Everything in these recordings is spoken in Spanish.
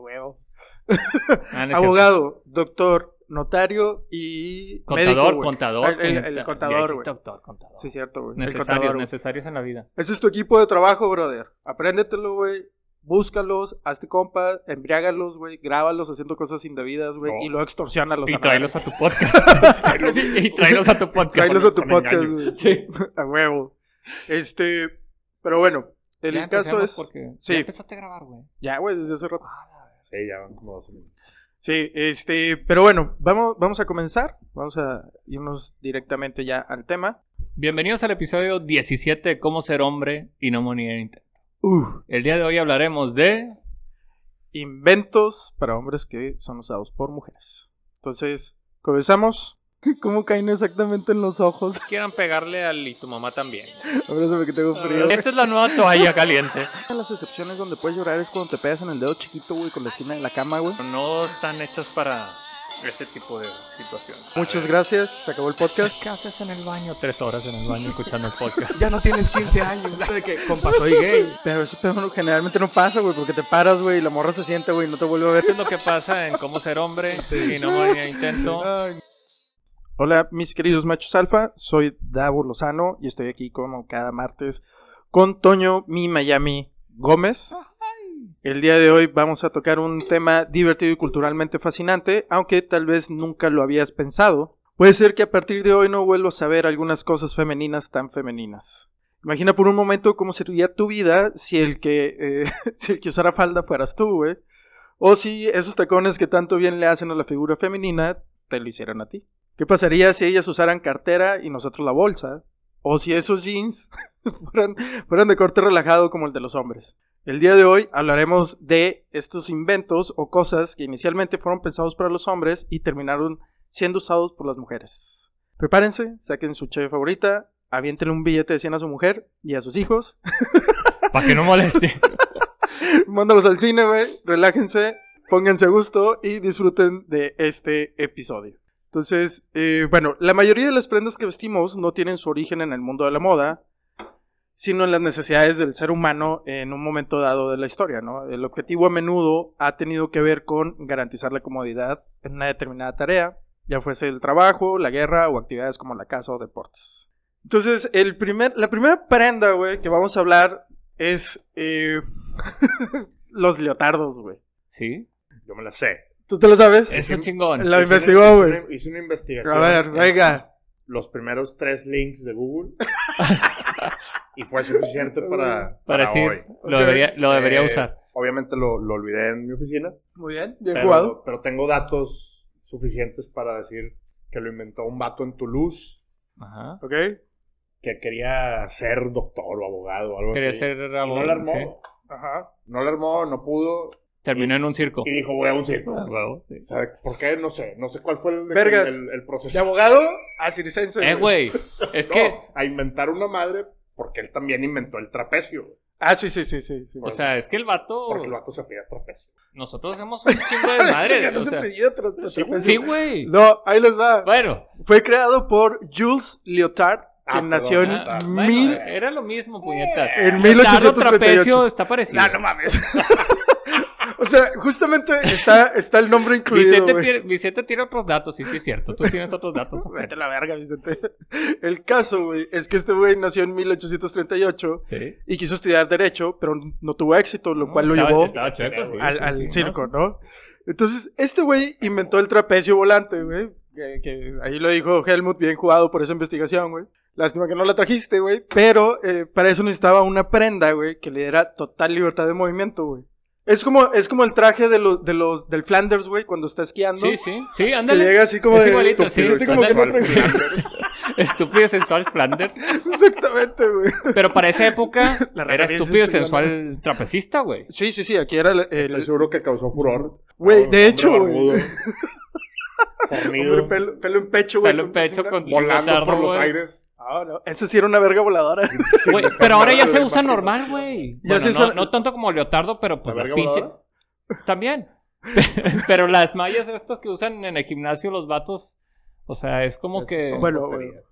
huevo. Ah, no es Abogado, doctor, notario y. cierto. Contador, médico, güey. contador. Ah, El, el conecta- contador, Ya güey. dijiste Doctor, contador. Sí, cierto, güey. El contador, Necesarios, güey. necesarios en la vida. Ese es tu equipo de trabajo, brother. Apréndetelo, güey. Búscalos, hazte compa, embriágalos, güey. Grábalos haciendo cosas indebidas, güey. No. Y luego extorsionalos. Y a la tráelos a tu podcast. y tráelos a tu podcast. Tráelos a tu Con podcast, engaño. güey. Sí. verga. A huevo. Este. Pero bueno, el Ya caso empecemos es. porque sí. Ya empezaste a grabar, güey. Ya, güey, desde hace rato. Sí, ya van como dos minutos. Sí, este. Pero bueno, vamos, vamos a comenzar. Vamos a irnos directamente ya al tema. Bienvenidos al episodio 17 de Cómo ser hombre y no morir en intento. Uf. El día de hoy hablaremos de... Inventos para hombres que son usados por mujeres. Entonces, comenzamos. ¿Cómo caen exactamente en los ojos? Quieran pegarle al y tu mamá también. Abrázame que tengo frío. Esta es la nueva toalla caliente. Las excepciones donde puedes llorar es cuando te pegas en el dedo chiquito, güey, con la esquina de la cama, güey. No están hechas para ese tipo de situaciones. Muchas gracias, se acabó el podcast. ¿Qué haces en el baño? Tres horas en el baño escuchando el podcast. Ya no tienes 15 años. De que, compa, soy gay. Pero eso pedo no- generalmente no pasa, güey, porque te paras, güey, y la morra se siente, güey, y no te vuelve a ver. Esto es lo que pasa en Cómo ser hombre y no morir en intento. Hola, mis queridos machos alfa, soy Davo Lozano y estoy aquí como cada martes con Toño, mi Miami Gómez. El día de hoy vamos a tocar un tema divertido y culturalmente fascinante, aunque tal vez nunca lo habías pensado. Puede ser que a partir de hoy no vuelvas a ver algunas cosas femeninas tan femeninas. Imagina por un momento cómo sería tu vida si el que, eh, si el que usara falda fueras tú, güey. O si esos tacones que tanto bien le hacen a la figura femenina te lo hicieran a ti. ¿Qué pasaría si ellas usaran cartera y nosotros la bolsa? O si esos jeans fueran, fueran de corte relajado como el de los hombres. El día de hoy hablaremos de estos inventos o cosas que inicialmente fueron pensados para los hombres y terminaron siendo usados por las mujeres. Prepárense, saquen su cheve favorita, aviéntenle un billete de 100 a su mujer y a sus hijos, Para que no moleste. mándalos al cine, güey, relájense, pónganse a gusto y disfruten de este episodio. Entonces, eh, bueno, la mayoría de las prendas que vestimos no tienen su origen en el mundo de la moda, sino en las necesidades del ser humano en un momento dado de la historia, ¿no? El objetivo a menudo ha tenido que ver con garantizar la comodidad en una determinada tarea, ya fuese el trabajo, la guerra o actividades como la casa o deportes. Entonces, el primer, la primera prenda, güey, que vamos a hablar es eh, los leotardos, güey. ¿Sí? Yo me la sé. ¿Tú te lo sabes? Eso chingón. La Hice una- investigó, hice güey. una- Hice una investigación. A ver, en venga. Los primeros tres links de Google. y fue suficiente para, Para para decir, hoy. lo debería, lo debería Eh, usar. Obviamente lo, lo olvidé en mi oficina. Muy bien, bien jugado. Pero, pero tengo datos suficientes para decir que lo inventó un vato en Toulouse Ajá. Ok. que quería ser doctor o abogado o algo Quería así. ser Y no abogado, la armó. sí. Ajá. No la armó, no pudo. Terminó en un circo. Y dijo, voy a un circo. Ah, huevo, sí. O sea, ¿Por qué? No sé. No sé cuál fue el, Vergas. el- el proceso. De abogado a circense. Eh, güey. Es No, que, a inventar una madre porque él también inventó el trapecio. güey. Ah, sí, sí, sí, sí. sí. o sea, es que el vato... Porque el vato se pide trapecio. Nosotros hacemos un chingo de Chica, madre. no o se sea, pedía tras- tras- Sí, güey. sí, güey. No, ahí les va. Bueno, Fue creado por Jules Leotard, que Ah, nació en perdón. ah, bueno, mil... era lo mismo, puñetas. en 1838. Leotardo trapecio está parecido. mames. O sea, justamente está, está el nombre incluido, Vicente, güey. tiene, Vicente tiene otros datos, sí, sí, es cierto. Tú tienes otros datos. Vete a la verga, Vicente. El caso, güey, es que este güey nació en 1838 Sí. y quiso estudiar Derecho, pero no tuvo éxito, lo cual lo Estaba- llevó estaba chueco, sí, al, sí, al sí, circo, ¿no? Entonces, este güey inventó el trapecio volante, güey. Que, que ahí lo dijo Helmut, bien jugado por esa investigación, güey. Lástima que no la trajiste, güey. Pero eh, para eso necesitaba una prenda, güey, que le diera total libertad de movimiento, güey. Es como, es como el traje de los, de los, del Flanders, güey, cuando está esquiando. Sí, sí, sí, Que ándale. llega así como Es de igualito, sí, estúpido, así como que no sensual. trae- Estúpido sensual Flanders. Exactamente, güey. Pero para esa época La era referencia estúpido es chingona. sensual trapecista, güey. Sí, sí, sí, aquí era el- Estoy el... seguro que causó furor. Güey, de Hombre hecho, barbudo, güey. fornido, Hombre, pelo, pelo en pecho, güey. Pelo en pecho una- con volando por leotardo, los güey. aires. Ah, no. Ese sí era una verga voladora. sin Güey, dejar pero ahora nada ya de se ver usa bajo normal, los- güey. Ya Bueno, se no, usa- no tanto como leotardo, pero ¿La pues las verga pinches. voladora? También. Pero las mallas estas que usan en el gimnasio los vatos, o sea, es como Esas que... son Bueno, tonterías.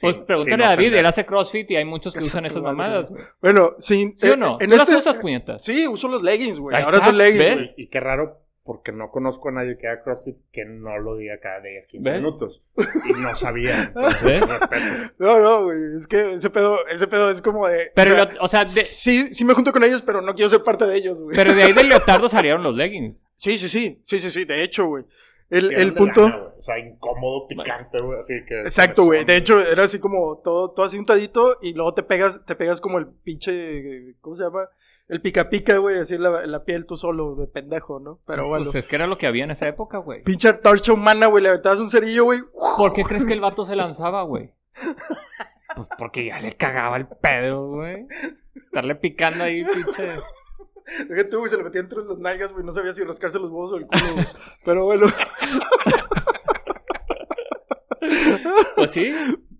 Pues Sin- pregúntale sin a David, ofender. él hace crossfit y hay muchos que usan esas mamadas. güey. Bueno, sin. ¿Sí o eh, no? en ¿Tú las este- usas, puñetas? Sí, uso los leggings, güey. Ahí Ahora está, son leggings, ¿ves? güey. Y qué raro, porque no conozco a nadie que haga CrossFit que no lo diga cada 10, 15 ¿Ves? minutos. Y no sabía, entonces ¿Ves? respeto. No, no, güey. Es que ese pedo, ese pedo es como de. Pero, o sea, lo- o sea, de, Sí, sí me junto con ellos, pero no quiero ser parte de ellos, güey. pero de ahí del leotardo salieron los leggings. Sí, sí, sí. Sí, sí, sí. De hecho, güey. El, Sí, el eran de punto. lana, güey. o sea, incómodo, picante, güey. Así que. Exacto, güey. son- De hecho, era así como todo, todo así untadito y luego te pegas, te pegas como el pinche, ¿cómo se llama? El pica pica, güey, así en la, en la piel tú solo, de pendejo, ¿no? Pero bueno. Pues es que era lo que había en esa época, güey. Pinche torcha humana, güey, le aventabas un cerillo, güey. ¿Por qué crees que el vato se lanzaba, güey? Pues porque ya le cagaba el pedo, güey. Estarle picando ahí, pinche. Deja tú, güey, se le metía entre las nalgas, güey, no sabía si rascarse los huevos o el culo, güey. Pero bueno, Pues sí.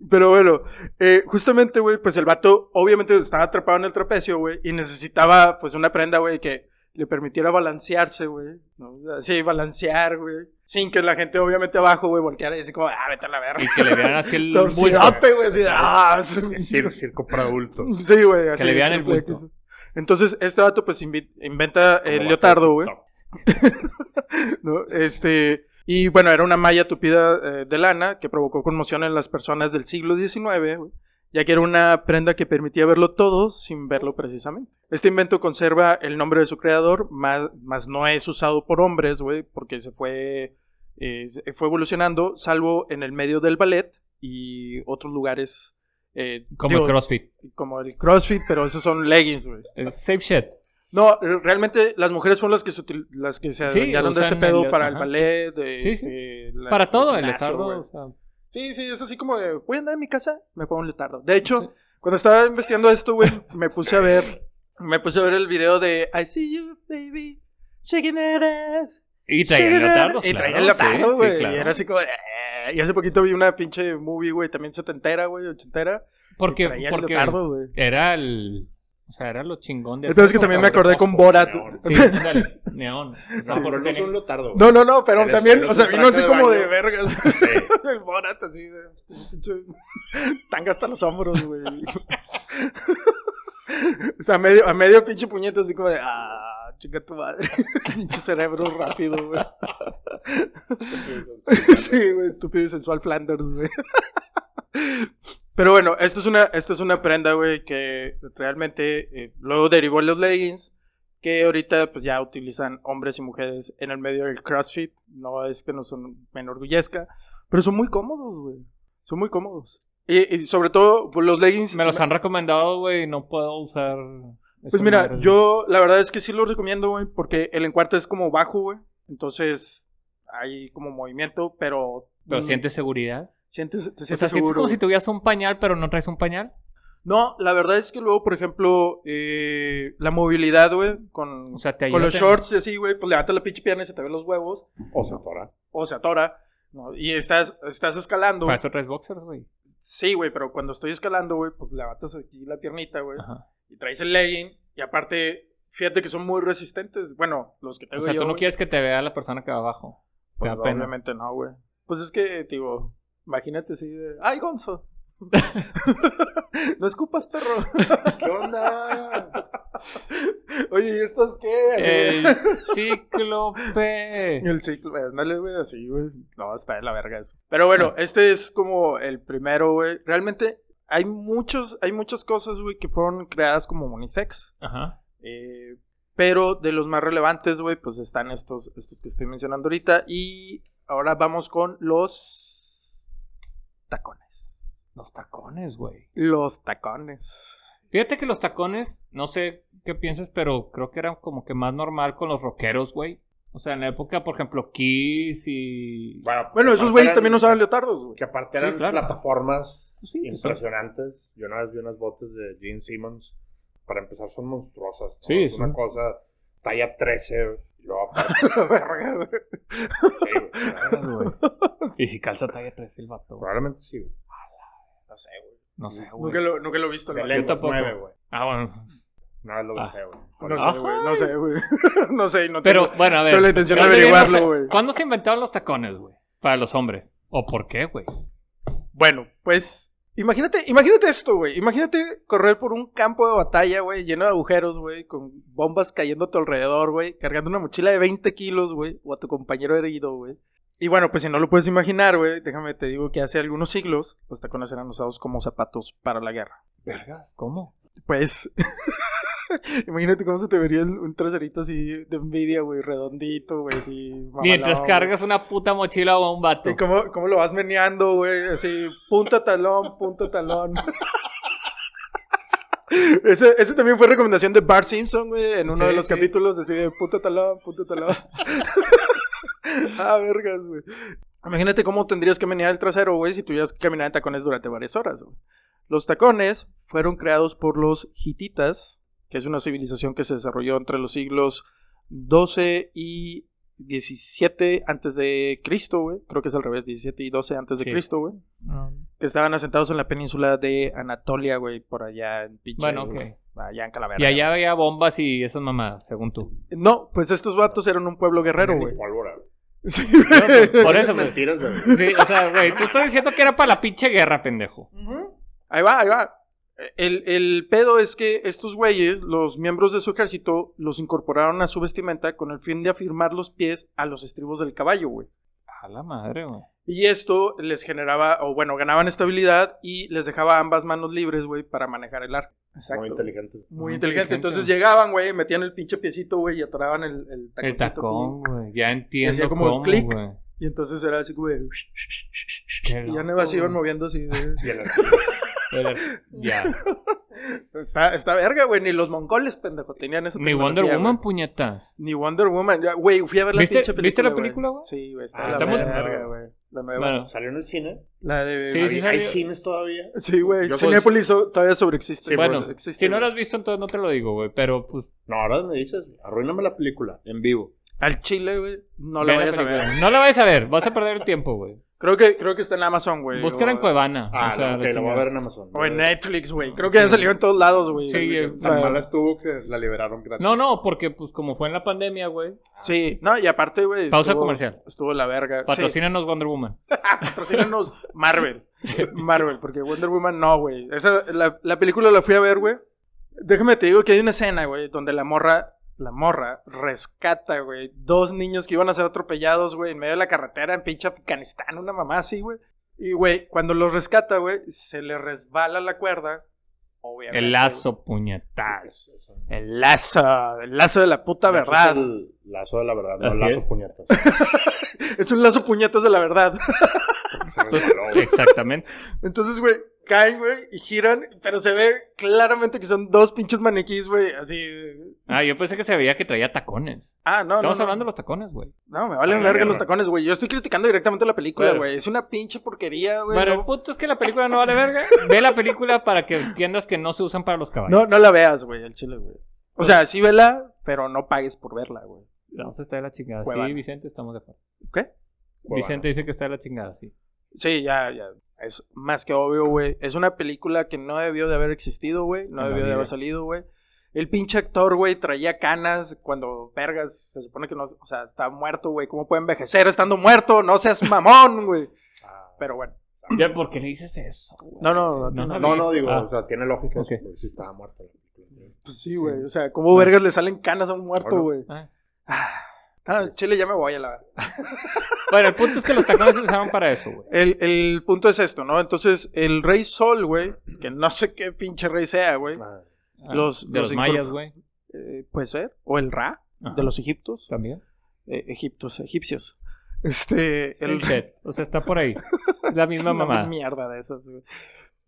pero bueno. Eh, justamente, güey, pues el vato obviamente estaba atrapado en el trapecio, güey, y necesitaba, pues, una prenda, güey, que le permitiera balancearse, güey. ¿no? Así, balancear, güey. Sin que la gente, obviamente, abajo, güey, volteara y así como, ah, vete a la verga. Y que le vean así el bulto. Torcidote, güey. Así de, ah, Es que cir- circo para adultos. Sí, güey. así le vean el triple X. bulto. Entonces, este vato, pues, invi- inventa Como el vato leotardo, de güey. TikTok. ¿no? Este, y bueno, era una malla tupida eh, de lana que provocó conmoción en las personas del siglo XIX, güey, ya que era una prenda que permitía verlo todo sin verlo precisamente. Este invento conserva el nombre de su creador, más, más no es usado por hombres, güey, porque se fue, eh, se- fue evolucionando, salvo en el medio del ballet y otros lugares. eh, Como digo, el CrossFit. como el CrossFit, pero esos son leggings, güey. Es Safe shit. No, realmente las mujeres son las que se, util- las que se Sí, adueñaron de usan este pedo el- para el ajá. ballet, de, Sí, sí. este, la- Para todo, el gimnasio, leotardo. güey. o sea, Sí, sí, es así como de, voy a andar en mi casa, me pongo un letardo. De hecho, cuando estaba investigando esto, güey, me puse a ver, me puse a ver el video de I see you, baby, shaking that ass. Y traía el shaking that leotardo. ass. Y traía claro, el sí, leotardo, sí, güey. claro. Y era así como de, "Eh". y hace poquito vi una pinche movie, güey, también setentera, güey, ochentera. y Porque, traía el porque leotardo, güey. era el. O sea, era lo chingón de El peor es que esa también me época, acordé con fosfo, Borat. neón. güey. Sí, ándale, neón. O sea, No, pero no porque- es un leotardo. güey. No, no, no, pero Eres- también, eres o sea, un vino así traje de como de baño. vergas. Sí. El Borat así de pinche- tanga hasta los hombros, güey. o sea, a medio, a medio pinche puñeto así como de, ah, chica tu madre. pinche cerebro rápido, güey. sí, güey, estúpido y sensual Flanders, güey. Pero bueno, esto es una, esto es una prenda, güey, que realmente eh, luego derivó en los leggings, que ahorita pues ya utilizan hombres y mujeres en el medio del CrossFit. No es que no son, me enorgullezca, pero son muy cómodos, güey. Son muy cómodos. Y, y sobre todo, pues, los leggings... Me los han recomendado, güey, y no puedo usar. Pues mira, yo la verdad es que sí los recomiendo, güey, porque el encuarto es como bajo, güey. Entonces hay como movimiento, pero... ¿Pero mm, sientes seguridad? Sientes, te O sientes sea, sientes seguro, como güey. si tuvieras un pañal, pero no traes un pañal. No, la verdad es que luego, por ejemplo, eh, la movilidad, güey, con, O sea, te ayuda. con los te- shorts y así, güey, pues levanta la pinche pierna y se te ven los huevos, O Satora. o se atora, ¿no? y estás, estás escalando. Para eso traes boxers, güey. Sí, güey, pero cuando estoy escalando, güey, pues levantas aquí la piernita, güey, Ajá. y traes el legging, y aparte, fíjate que son muy resistentes. Bueno, los que O tengo sea, yo, tú no güey, quieres que te vea la persona que va abajo. Te pues, da pena. obviamente no, güey. Pues es que, digo, imagínate si... de, ¡Ay, Gonzo! no escupas, perro. ¿Qué onda? Oye, ¿y estas qué? Así, güey. El cíclope. El ciclo, güey, ándale, güey, así, güey. No, está de la verga eso. Pero bueno, este es como el primero, güey. Realmente hay muchos, hay muchas cosas, güey, que fueron creadas como unisex. Ajá. Eh, pero de los más relevantes, güey, pues están estos, estos que estoy mencionando ahorita. Y ahora vamos con los tacones. Los tacones, güey. Los tacones. Fíjate que los tacones, no sé qué piensas, pero creo que era como que más normal con los rockeros, güey. O sea, en la época, por ejemplo, Kiss y. Bueno, esos aparte güeyes eran- también usaban leotardos, güey. Que aparte Sí, eran claro. plataformas Pues sí, pues son- impresionantes. Yo una vez vi unas botas de Gene Simmons. Para empezar, son monstruosas. ¿no? Sí, es sí. una cosa talla 13. y Luego aparte, La verga, güey. sí, güey. y si calza talla 3 el vato, güey. Probablemente sí, güey. No sé, güey. No sé, Ah, güey. Nunca lo, nunca lo he visto. la De verdad. lengua. lenguas tampoco. nueve, güey. Ah, bueno. Una vez lo Ah. besé, güey. Fue No la- sé, güey. No sé, güey. No sé, y no tengo- Pero, bueno, a ver. Pero la intención de ¿cuándo vienen los averiguarlo, ta- güey. ¿Cuándo se inventaron los tacones, güey? Para los hombres. ¿O por qué, güey? Bueno, pues Imagínate, imagínate esto, güey. Imagínate correr por un campo de batalla, güey, lleno de agujeros, güey, con bombas cayendo a tu alrededor, güey, cargando una mochila de 20 kilos, güey, o a tu compañero herido, güey. Y bueno, pues si no lo puedes imaginar, güey, déjame te digo que hace algunos siglos pues, los tacones eran usados como zapatos para la guerra. Vergas, ¿cómo? Pues, imagínate cómo se te vería el- un traserito así de envidia, güey, redondito, güey, así. mamalón, Mientras güey. cargas una puta mochila o a un vato. ¿Y cómo, cómo lo vas meneando, güey? Así, punta talón, punta talón. Ese, ese también fue recomendación de Bart Simpson, güey, en uno Sí, de los sí. capítulos, así de punta talón, punta talón. ah, vergas, güey. Imagínate cómo tendrías que menear el trasero, güey, si tuvieras que caminar en tacones durante varias horas, güey. Los tacones fueron creados por los hititas, que es una civilización que se desarrolló entre los siglos 12 y 17 antes de Cristo, güey. Creo que es al revés, 17 y 12 antes de Sí. Cristo, güey. Que estaban asentados en la península de Anatolia, güey, por allá en pinche... Bueno, ok. Allá en Calavera. Y allá había bombas y esas mamadas, según tú. No, pues estos vatos eran un pueblo guerrero, güey. Pólvora. Sí, Por Esas eso, güey. mentiras de Sí, o sea, güey, te estoy diciendo que era para la pinche guerra, pendejo. Ahí va, ahí va. El, el pedo es que estos güeyes, los miembros de su ejército, los incorporaron a su vestimenta con el fin de afirmar los pies a los estribos del caballo, güey. A la madre, güey. Y esto les generaba, o bueno, ganaban estabilidad y les dejaba ambas manos libres, güey, para manejar el arco. Muy muy inteligentes. Muy inteligente. inteligente. Entonces llegaban, güey, metían el pinche piecito, güey, y atoraban el, el taconcito, El tacón, pum. güey. Ya entiendo Hacía como cómo, clic. güey. Y entonces era así, güey. Qué Y ya loco, no se iban güey. moviendo así. de- Y el- Era- Ya. Está, está verga, güey. Ni los mongoles, pendejo, tenían esa Ni tecnología, Wonder Woman, güey. puñetas. Ni Wonder Woman. Ya, Güey, fui a ver la ¿Viste- pinche película. viste la película, güey? Sí, güey. Está, Ah, la está muy- verga, güey. La nueva. Bueno, Salió en el cine. La de. Sí, sí, Hay- salió. ¿Hay cines todavía? Sí, güey. Yo- pues- Cinépolis so- todavía sobreexiste. Sí, pues. güey, bueno, existe, si no güey. lo has visto, entonces no te lo digo, güey. Pero pues. No, ahora me dices, arruíname la película en vivo. Al chile, güey. No ve la vayas a película. ver. No la vayas a ver, vas a perder el tiempo, güey. Creo que, creo que está en Amazon, güey. Búscala en o- Cuevana. Ah, o sea, la no, ok, la voy a chingada. ver en Amazon. O en Netflix, güey. Creo que Sí. ya salió en todos lados, güey. Sí, eh, O sea, Tan mala estuvo que la liberaron gratis. No, no, porque pues como fue en la pandemia, güey. Sí, no, y aparte, güey. Pausa estuvo- comercial. Estuvo la verga. Sí. Patrocínanos Wonder Woman. Ah, patrocínanos Marvel. Marvel, porque Wonder Woman no, güey. Esa, la, la película la fui a ver, güey. Déjame te digo que hay una escena, güey, donde la morra, la morra rescata, güey, dos niños que iban a ser atropellados, güey, en medio de la carretera en pinche Afganistán, una mamá así, güey. Y, güey, cuando los rescata, güey, se le resbala la cuerda. Obviamente. El lazo, puñetas. Taz. güey. El lazo. El lazo de la puta De hecho, verdad. es el lazo de la verdad, no Así lazo es. puñetas. Es un lazo puñetas de la verdad. Se resbaló, güey. Exactamente. Entonces, güey, caen, güey, y giran, pero se ve claramente que son dos pinches maniquís, güey, así. Ah, yo pensé que se veía que traía tacones. Ah, no, Estamos no, hablando de no. los tacones, güey. No, me valen Ah, verga mierda. los tacones, güey. Yo estoy criticando directamente la película, Claro. güey. Es una pinche porquería, güey. Bueno, pues, el no, punto es que la película no vale verga. Ve la película para que entiendas que no se usan para los caballos. no, no la veas, güey, el chile, güey. O Pues, sea, sí vela, pero no pagues por verla, güey. No, se está de la chingada. Cuevana. Sí, Vicente, estamos de acuerdo. ¿Qué? Vicente dice que está de la chingada, sí. Sí, ya, ya. Es más que obvio, güey. Es una película que no debió de haber existido, güey. No En la debió de vida. haber salido, güey. El pinche actor, güey, traía canas cuando, vergas, se supone que no, o sea, está muerto, güey. ¿Cómo puede envejecer estando muerto? No seas mamón, güey. Ah, Pero bueno. Eh, Ya, ¿por qué le dices eso? güey? No, no, no, No, no, digo, Ah, o sea, tiene lógica. eso, Ok. porque Sí, estaba muerta la película. Pues sí, güey. O sea, ¿cómo vergas le salen canas a un muerto, Bueno. güey? ah. Ah, Chile, ya me voy a la Bueno, el punto es que los tacones se usaron para eso, güey. El, el punto es esto, ¿no? Entonces, el rey Sol, güey, que no sé qué pinche rey sea, güey. Ah, Ah, Los- de los los, incor- mayas, güey. eh, puede ser. O el Ra, Ajá. de los egiptos. También. eh, egiptos, egipcios. Este, El el, set. O sea, está por ahí. La misma Una mamá. mierda de esas, güey.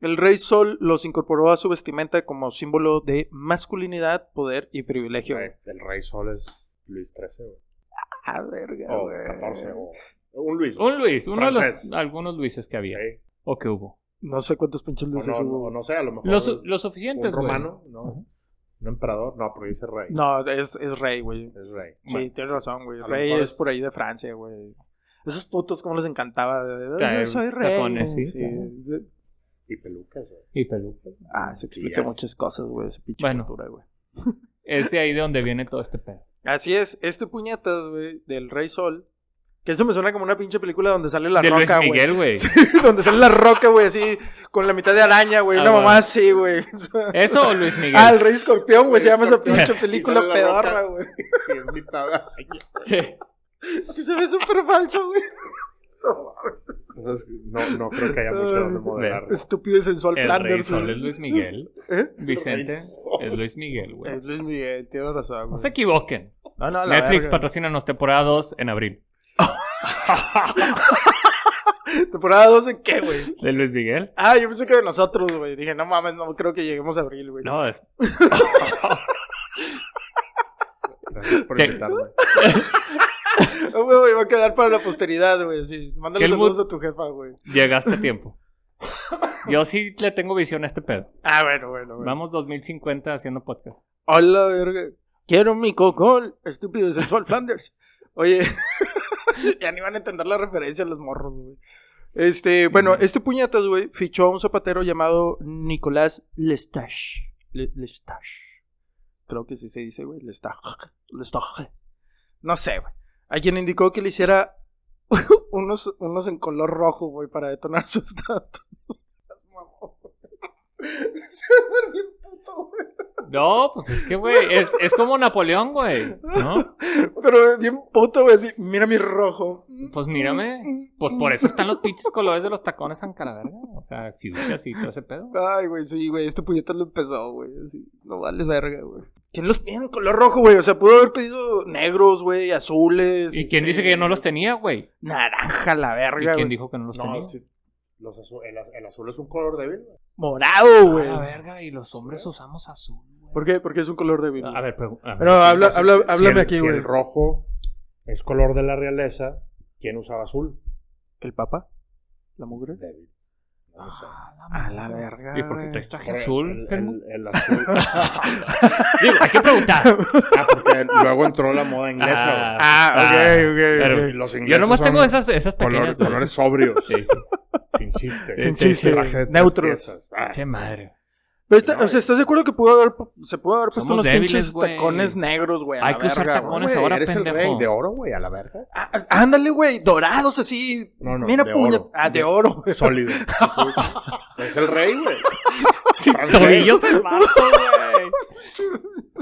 El rey Sol los incorporó a su vestimenta como símbolo de masculinidad, poder y privilegio. güey. güey, el Rey Sol es Luis XIII, güey. Ah, verga, O güey. 14, o un Luis. güey. Un Luis, uno de Francés. los algunos Luises que había. Sí. O que hubo. No sé cuántos pinches O luces no, no, hubo. o no sé, a lo mejor. Los, los es un suficientes, güey. romano, ¿no? Un emperador, no, pero dice Rey. No, es, es rey, güey. Es Rey. Sí, tienes razón, güey. a lo Rey mejor es es- por ahí de Francia, güey. Esos putos, ¿cómo les encantaba? de, Traer Yo soy rey. tacones, güey, sí, sí. Y pelucas, güey. Y pelucas. Ah, se explica ya. muchas cosas, güey, esa pinche Bueno. cultura, güey. Es de ahí de donde viene todo este pedo. Así es, este puñetas, güey, del Rey Sol, Que eso me suena como una pinche película donde sale la de Luis roca, güey. Miguel, güey. donde sale la roca, güey, así, con la mitad de araña, güey. Ah, una mamá bueno. así, güey. Eso o Luis Miguel. Ah, el Rey Escorpión, güey, se Rey llama esa Escorpión. pinche Sí, película sale la roca. pedorra, güey. Sí, es mitad araña. Sí. Que se ve súper falso, güey. Entonces, no, no creo que haya mucho donde modelar. Estúpido y sensual El rey Flanders, Sol güey. es Luis Miguel. ¿Eh? Vicente Rey Sol. es Luis Miguel, güey. Es Luis Miguel, tiene razón, güey. No se equivoquen. No, no, la Netflix verga. patrocínanos temporada 2 en abril. Temporada 2 de qué, güey. ¿De Luis Miguel? Ah, yo pensé que de nosotros, güey. Dije, no mames, no creo que lleguemos a abril, güey. No, es- Gracias por Te- invitarme. Ah, güey, güey, va a quedar para la posteridad, güey. Sí, mándale Helmut- saludos a tu jefa, güey. llegaste a este tiempo. Yo sí le tengo visión a este pedo. Ah, bueno, bueno, bueno. Vamos 2050 haciendo podcast. Hola, verga. Quiero mi cocol, estúpido y sensual Flanders. Oye, ya ni van a entender la referencia los morros, güey. Este, bueno, este puñetas, güey, fichó a un zapatero llamado Nicolás Lestache. Le- Lestache. Creo que sí se dice, güey. Lestache. Lestache. No sé, güey. A quien indicó que le hiciera unos, unos en color rojo, güey, para detonar su estatus. Mamón, güey. Se va a ver bien puto, güey. No, pues es que, güey, es, es como Napoleón, güey. ¿No? Pero bien puto, güey, así, mira mi rojo. Pues mírame. Por, por eso están los pinches colores de los tacones en verga. O sea, fuchsias y todo ese pedo. Ay, güey, sí, güey, este puñetazo lo empezó, güey, así, no vales verga, güey. ¿Quién los pide en color rojo, güey? O sea, pudo haber pedido negros, güey, azules. este, ¿Y quién dice que yo no los tenía, güey? Naranja, la ¿Y verga, güey. quién dijo que no los tenía? No, sí. Los azu- el, az- el azul es un color débil. güey. Morado, Ah, A la güey. verga, y los hombres usamos azul. güey. ¿Por qué? Porque es un color débil. A güey. ver, pero, a ver. Pero habla, Entonces, habla, si- si háblame el- aquí, si güey. el rojo es color de la realeza, ¿quién usaba azul? ¿El papa? ¿La mugre? Débil. No lo sé. A la verga, ¿Y por qué güey. traes traje Por eh, azul? El, Helmut? el- el azul. Digo, hay que preguntar. Ah, porque luego entró la moda inglesa, güey. Ah, Ah, ok, ok, pero- ok. Y Los ingleses yo nomás son tengo esas, esas color- pequeñas. güey. colores sobrios. Sí, sí. Sin chiste. Sí, Sin sí, chiste. sí. Traje de tres Neutros. piezas. Ah, Che madre. Pero está- No, o sea, güey. ¿estás de acuerdo que pudo haber, se pudo haber puesto Somos unos débiles, pinches güey. tacones negros, güey? a Hay la que usar verga, güey? tacones. güey, ahora, eres pendejo. el rey de oro, güey, a la verga. Ah, ándale, güey, dorados así. No, no, Mira, de puña. oro. Ah, de oro, güey. Sólido. es el rey, güey. Sin Francés. tobillos el vato, güey.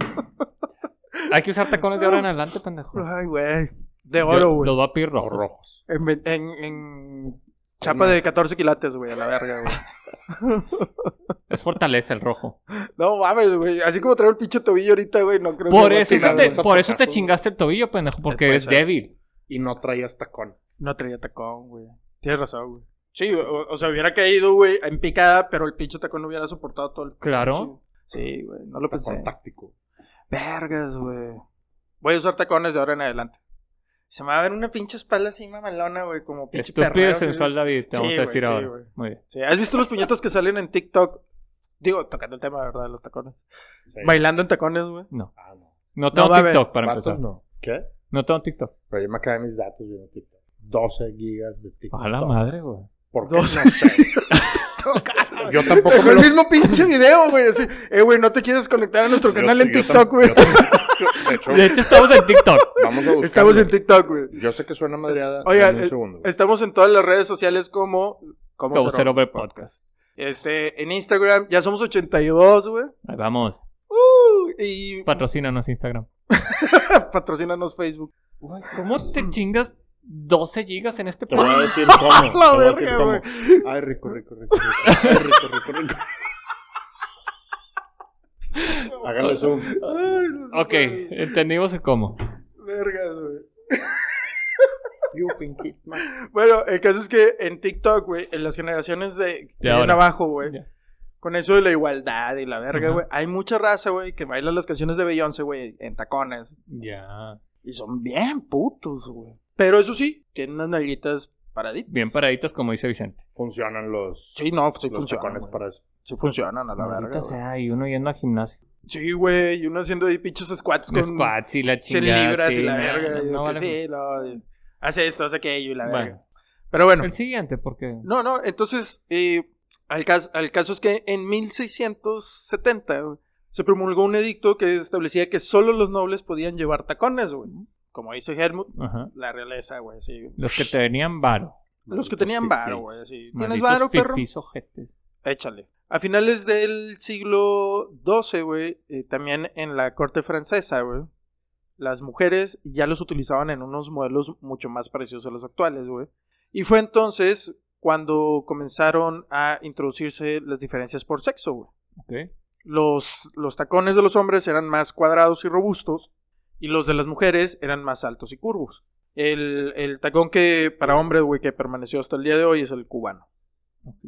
Hay que usar tacones de ahora en adelante, pendejo. Ay, güey. De oro, Yo- güey. Los va a pedir O rojos. rojos. En, en, en chapa de más. 14 quilates, güey, a la verga, güey. Es fortaleza el rojo. No mames, güey. Así como traigo el pinche tobillo ahorita, güey, no creo Por que. eso, no, te, zapato, por eso te zapato. chingaste el tobillo, pendejo, porque Puede eres ser. débil. Y no traías tacón. no traía tacón, güey. Tienes razón, güey. Sí, o, o sea, hubiera caído, güey, en picada, pero el pinche tacón no hubiera soportado todo el. Claro. Sí, güey, no lo pensé. Tacón táctico. Vergas, güey. Voy a usar tacones de ahora en adelante. Se me va a ver una pinche espalda así mamalona, güey, como pinche Estúpido perreo, y así. sensual, David. Sí, Te vamos a güey, decir sí, ahora. güey. Muy bien. Sí, ¿Has visto los puñetas que salen en TikTok? Digo, tocando el tema, ¿verdad? de Los tacones. Sí. Bailando en tacones, güey. Ah, no. No tengo va a haber. TikTok para Vatos empezar. no. ¿Qué? No tengo TikTok. Pero yo me acabé mis datos viendo TikTok. 12 gigas de TikTok. A la madre, güey. ¿Por qué? 12 No sé. Yo tampoco Dejó me el lo... mismo pinche video, güey. Así, eh, güey, no te quieres conectar a nuestro yo- canal en yo TikTok, tam- güey. yo tam- De hecho, De hecho, estamos en TikTok. vamos a buscar. Estamos en TikTok, güey. Yo sé que suena madreada. Oigan, Dame un eh, segundo. güey. Estamos en todas las redes sociales como... Como Como Cero. Cero B Podcast. Este, en Instagram ya somos 82, güey. Ahí vamos. Uh, y Patrocínanos Instagram. patrocínanos Facebook. Güey, ¿Cómo te chingas 12 gigas en este Te voy a país? decir cómo. te La voy a decir verga, cómo. güey. Ay, rico, rico, rico, rico. Ay, rico, rico, rico. Háganle zoom. Ay, no Ok, mames. entendimos el cómo. Vergas, güey. You can keep my- Bueno, el caso es que en TikTok, güey, en las generaciones de, que vienen ahora. abajo, güey, Ya. con eso de la igualdad y la verga, Ajá. güey, hay mucha raza, güey, que baila las canciones de Beyoncé, güey, en tacones. Ya. Y son bien putos, güey. Pero eso sí, tienen unas nalguitas paraditas. Bien paraditas, como dice Vicente. Funcionan los, Sí, no, sí los funcionan. tacones güey. para eso. Sí funcionan a la verga. Maldita güey. sea, y uno yendo al gimnasio. Sí, güey, y uno haciendo ahí pinches squats con Squats y la 100 chingada. libras sí, y la no, verga. no, y no que vale. sí, no, y hace esto, hace aquello y la verga. Bueno, Pero bueno. el siguiente, porque... No, no, entonces, eh, al, cas- al caso es que en 1670 güey, se promulgó un edicto que establecía que solo los nobles podían llevar tacones, güey. como dice Helmut, Ajá. la realeza, güey. sí. Los que te venían varo. Los que tenían varo, güey. sí. ¿Tienes Malditos varo, perro? fifís ojetes. Échale. A finales del siglo XII, güey, eh, también en la corte francesa, güey, las mujeres ya los utilizaban en unos modelos mucho más parecidos a los actuales, güey. Y fue entonces cuando comenzaron a introducirse las diferencias por sexo, güey. Ok. Los, los tacones de los hombres eran más cuadrados y robustos y los de las mujeres eran más altos y curvos. El, el tacón que para hombres, güey, que permaneció hasta el día de hoy es el cubano.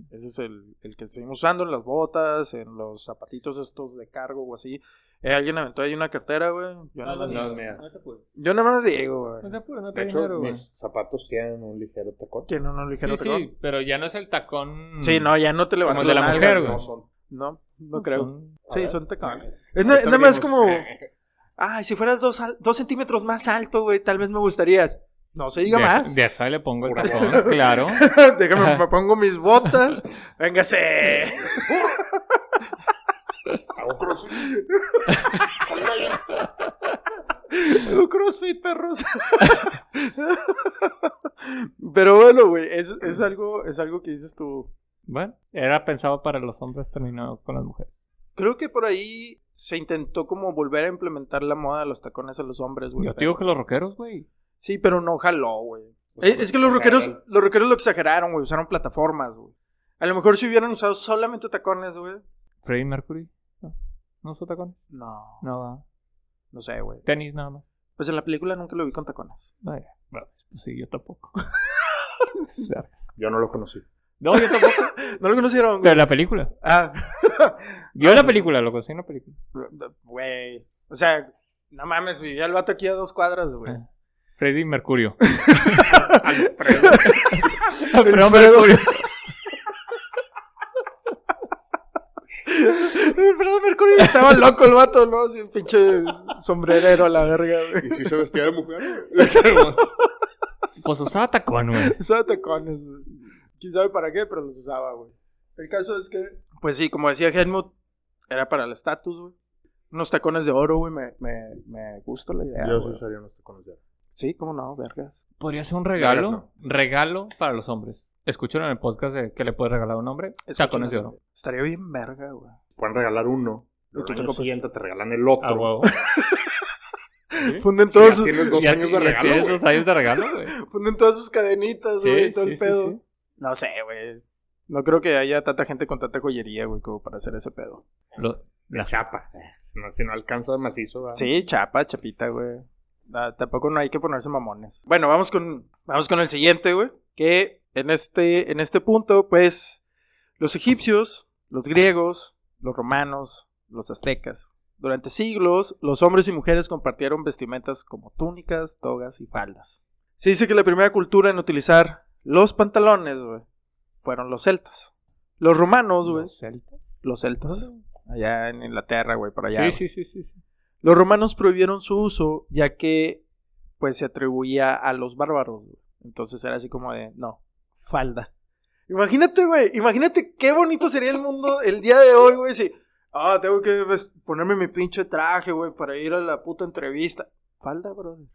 Ese es el, el que seguimos usando en las botas, en los zapatitos estos de cargo o así. Eh, Alguien aventó ahí una cartera, güey. Yo Ah, nada más- no, mira. te apures. Yo nada más digo, No güey. te apures, no te De hecho, dinero, güey. mis zapatos tienen un ligero tacón. Que no, no le Sí, dijeron tacón. sí, pero ya no es el tacón. Sí, no, ya no te levantas el de la nalga, mujer, güey. No son. No, no creo. A Sí, ver. son tacones. Ahorita Es na- nada más abrimos. como... Ay, si fueras dos, al- dos centímetros más alto, güey, tal vez me gustarías. No se diga de, más. De esa le pongo el Pura tacón, claro. Déjame, me pongo mis botas. Véngase. Hago crossfit. Con leggings. Hago crossfit, perros. Pero bueno, güey, es, es algo, es algo que dices tú. Bueno, era pensado para los hombres, terminó con las mujeres. Creo que por ahí se intentó como volver a implementar la moda de los tacones a los hombres, güey. Yo te digo que los rockeros, güey. Sí, pero no jaló, güey. O sea, Es, es que los o sea, rockeros, el- los rockeros lo exageraron, güey. Usaron plataformas, güey. A lo mejor si hubieran usado solamente tacones, güey. Freddie Mercury. No, no usó tacón. No, No, va. no sé, güey. tenis nada más. Pues en la película nunca lo vi con tacones. Vaya, pues sí, yo tampoco. Yo no lo conocí. no, yo tampoco. No lo conocieron, güey. Pero la película. Ah, Yo la película, lo conseguí en la película. güey. O sea, no mames, vivía el vato aquí a dos cuadras, güey. Ah. Freddie Mercurio. Alfredo. Alfredo Mercurio. Fredo Mercurio Eh, estaba loco el vato, ¿no? Así un pinche sombrerero a la verga, güey. ¿Y si se vestía de mujer? güey? Pues usaba tacón, güey. Usaba tacones, güey. Quién sabe para qué, pero los usaba, güey. El caso es que. Pues sí, como decía Helmut, era para el estatus, güey. Unos tacones de oro, güey, me, me, me gusta la idea. Yo sí güey. usaría unos tacones de oro. Sí, cómo no, vergas. Podría ser un regalo. Regalos Regalo para los hombres. Escucharon en el podcast de que le puedes regalar a un hombre. Tacones de oro. Estaría bien verga, güey. Pueden regalar uno. Y tú Pero te el año compras- siguiente te regalan el otro. A huevo. Sí. Funden Ya todos sus, tienes dos Ya- años de ya regalo. Tienes güey. dos años de regalo, güey. ponen todas sus cadenitas, güey, Sí, y todo sí, el sí, pedo. sí. No sé, güey. No creo que haya tanta gente con tanta joyería, güey, como para hacer ese pedo. Lo- De chapa. Eh, Si no, si no alcanza macizo. vamos. Sí, chapa, chapita, güey. Ah, tampoco no hay que ponerse mamones. Bueno, vamos con, vamos con el siguiente, güey. Que en este, en este punto, pues, los egipcios, los griegos, los romanos, los aztecas. Durante siglos, los hombres y mujeres compartieron vestimentas como túnicas, togas y faldas. Se dice que la primera cultura en utilizar los pantalones, güey, fueron los celtas. Los romanos, güey, Los celtas. los celtas, allá en Inglaterra, güey, por allá. güey. sí, sí, sí, sí. Los romanos prohibieron su uso ya que pues se atribuía a los bárbaros. güey. Entonces era así como de, no, falda. Imagínate, güey, imagínate qué bonito sería el mundo el día de hoy, güey, si, ah, tengo que ves- ponerme mi pinche traje, güey, para ir a la puta entrevista. Falda, brother.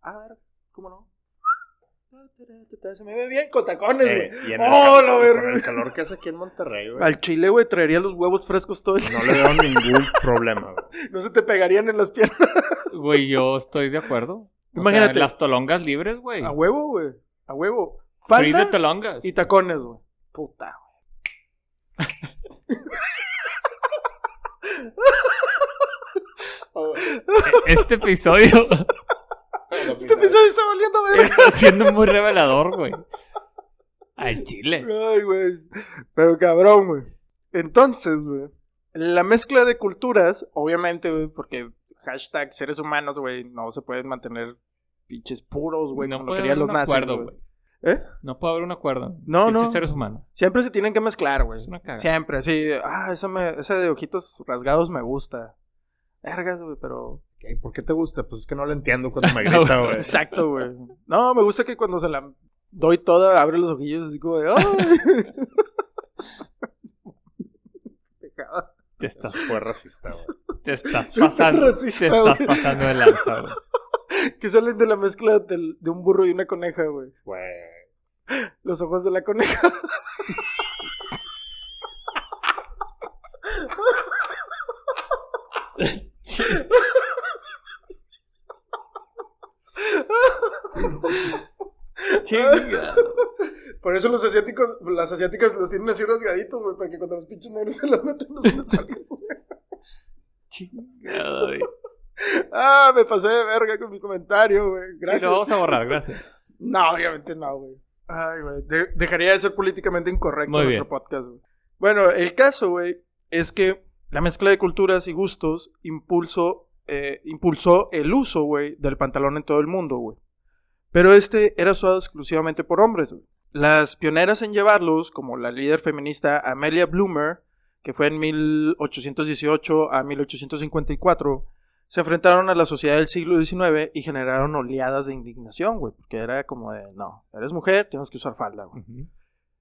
A ver, ¿cómo no? Se me ve bien con tacones, güey. Eh, y en el ¡Oh, cal- la y verga! Con el calor que hace aquí en Monterrey, güey. Al chile, güey, traería los huevos frescos todo el... No le veo ningún problema, güey. No se te pegarían en las piernas. Güey, yo estoy de acuerdo. O Imagínate. Ah, sea, las tolongas libres, güey. A huevo, güey. A huevo. Free Falda de tolongas. Y tacones, güey. Puta, güey. Oh, Este episodio Este episodio está valiendo verga. está siendo muy revelador, güey. Al chile. Ay, güey. Pero cabrón, güey. Entonces, güey. La mezcla de culturas, obviamente, güey, porque hashtag seres humanos, güey, no se pueden mantener pinches puros, güey, no como lo puede querían haber los un nazis, acuerdo, güey. güey. ¿Eh? No puede haber un acuerdo. No, Pinches no. seres humanos. Siempre se tienen que mezclar, güey. Es una cagada. Siempre, así. Ah, esa, me, esa de ojitos rasgados me gusta. Vergas, güey, pero Ok, ¿Por qué te gusta? Pues es que no lo entiendo cuando me grita, güey. Exacto, güey. No, me gusta que cuando se la doy toda, abre los ojillos así como de. ¡Ay! Te estás, Fue racista, güey. te estás Soy tan pues pasando. racista, te estás pasando de lanza, güey. Que salen de la mezcla del- de un burro y una coneja, güey. Güey. Los ojos de la coneja. Chinga. Por eso los asiáticos, las asiáticas los tienen así rasgaditos, güey, para que cuando los pinches negros se los meten no se les salga, güey. Chingada, güey. Ah, me pasé de verga con mi comentario, güey. Gracias. Sí, lo vamos a borrar, gracias. No, obviamente no, güey. Ay, güey. de- dejaría de ser políticamente incorrecto Muy nuestro podcast, güey. Bueno, el caso, güey, es que la mezcla de culturas y gustos impulso, eh, impulsó el uso, güey, del pantalón en todo el mundo, güey. Pero este era usado exclusivamente por hombres, güey. Las pioneras en llevarlos, como la líder feminista Amelia Bloomer, que fue en 1818 a 1854, se enfrentaron a la sociedad del siglo XIX y generaron oleadas de indignación, güey, porque era como de, no, eres mujer, tienes que usar falda, güey. Ujú.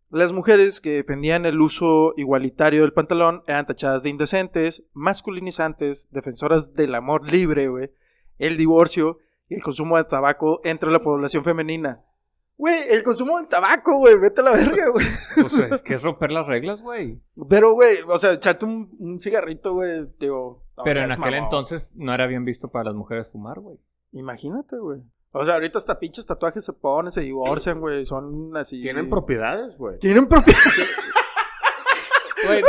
Las mujeres que defendían el uso igualitario del pantalón eran tachadas de indecentes, masculinizantes, defensoras del amor libre, güey, el divorcio y el consumo de tabaco entre la población femenina. Güey, el consumo del tabaco, güey, vete a la verga, güey. Pues es que es romper las reglas, güey. Pero, güey, o sea, echarte un, un cigarrito, güey, digo... no Pero seas en aquel mamón. entonces no era bien visto para las mujeres fumar, güey. Imagínate, güey. O sea, ahorita hasta pinches tatuajes se ponen, se divorcian, güey. Son así. Tienen propiedades, güey. Tienen propiedad. Güey,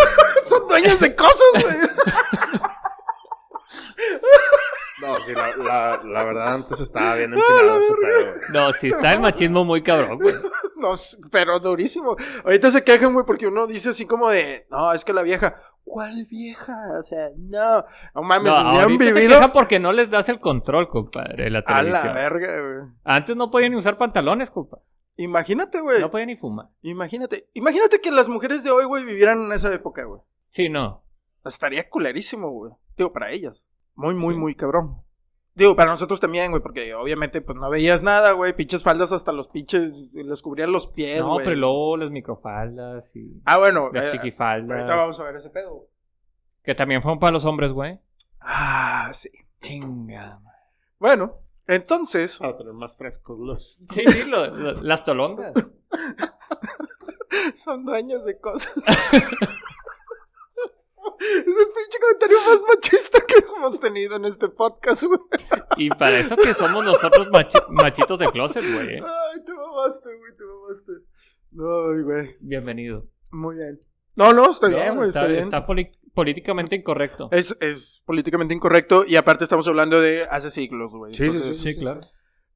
Son dueños de cosas, güey. No, sí, la, la, la verdad antes estaba Ah, bien empinado ese pedo, güey. No, sí está el machismo muy cabrón, güey. No, s- pero durísimo. Ahorita se quejan, güey, porque uno dice así como de. No, es que la vieja. ¿Cuál vieja? O sea, no. No mames, No, ni han ahorita se vivido. queja porque no les das el control, compadre, de la A la televisión. verga, güey. Antes no podían ni usar pantalones, compadre. Imagínate, güey. No pues. podían ni fumar. Imagínate. Imagínate que las mujeres de hoy, güey, vivieran en esa época, güey. Sí, no. Estaría culerísimo, güey. Digo, para ellas. Muy, muy, Sí. muy cabrón. Digo, para nosotros también, güey, porque obviamente pues no veías nada, güey. Pinches faldas hasta los pinches, les cubrían los pies, no, güey. pero luego las microfaldas y Ah, bueno. las eh, ahorita chiquifaldas. vamos a ver ese pedo. güey. Que también fueron para los hombres, güey. Ah, sí. Chinga. Bueno, entonces, Ah. Para tener más frescos los. Sí, sí, lo- lo- las tolongas. son dueños de cosas. es el pinche comentario más machista que hemos tenido en este podcast, güey. Y para eso que somos nosotros machi- machitos de closet, güey. eh. Ay, te mamaste, güey, te mamaste. Ay, güey. Bienvenido. Muy bien. No, no, está No, bien, güey, está, bien. está poli- políticamente incorrecto. Es, es políticamente incorrecto y aparte estamos hablando de hace siglos, güey. Entonces, sí, claro.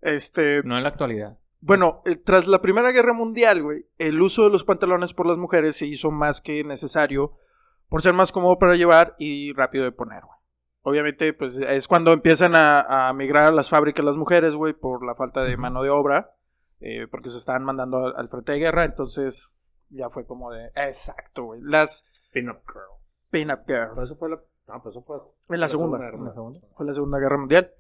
Este, No en la actualidad. bueno, eh, tras la Primera Guerra Mundial, güey, el uso de los pantalones por las mujeres se hizo más que necesario por ser más cómodo para llevar y rápido de poner, güey. Obviamente, pues es cuando empiezan a, a migrar a las fábricas las mujeres, güey, por la falta de mano de obra, eh, porque se estaban mandando al, al frente de guerra, entonces ya fue como de, exacto, güey, las Pin-up girls. pin-up girls. Pero eso fue la. No, pues eso fue. En la segunda. guerra, En la ¿no? segunda. fue la Segunda Guerra Mundial.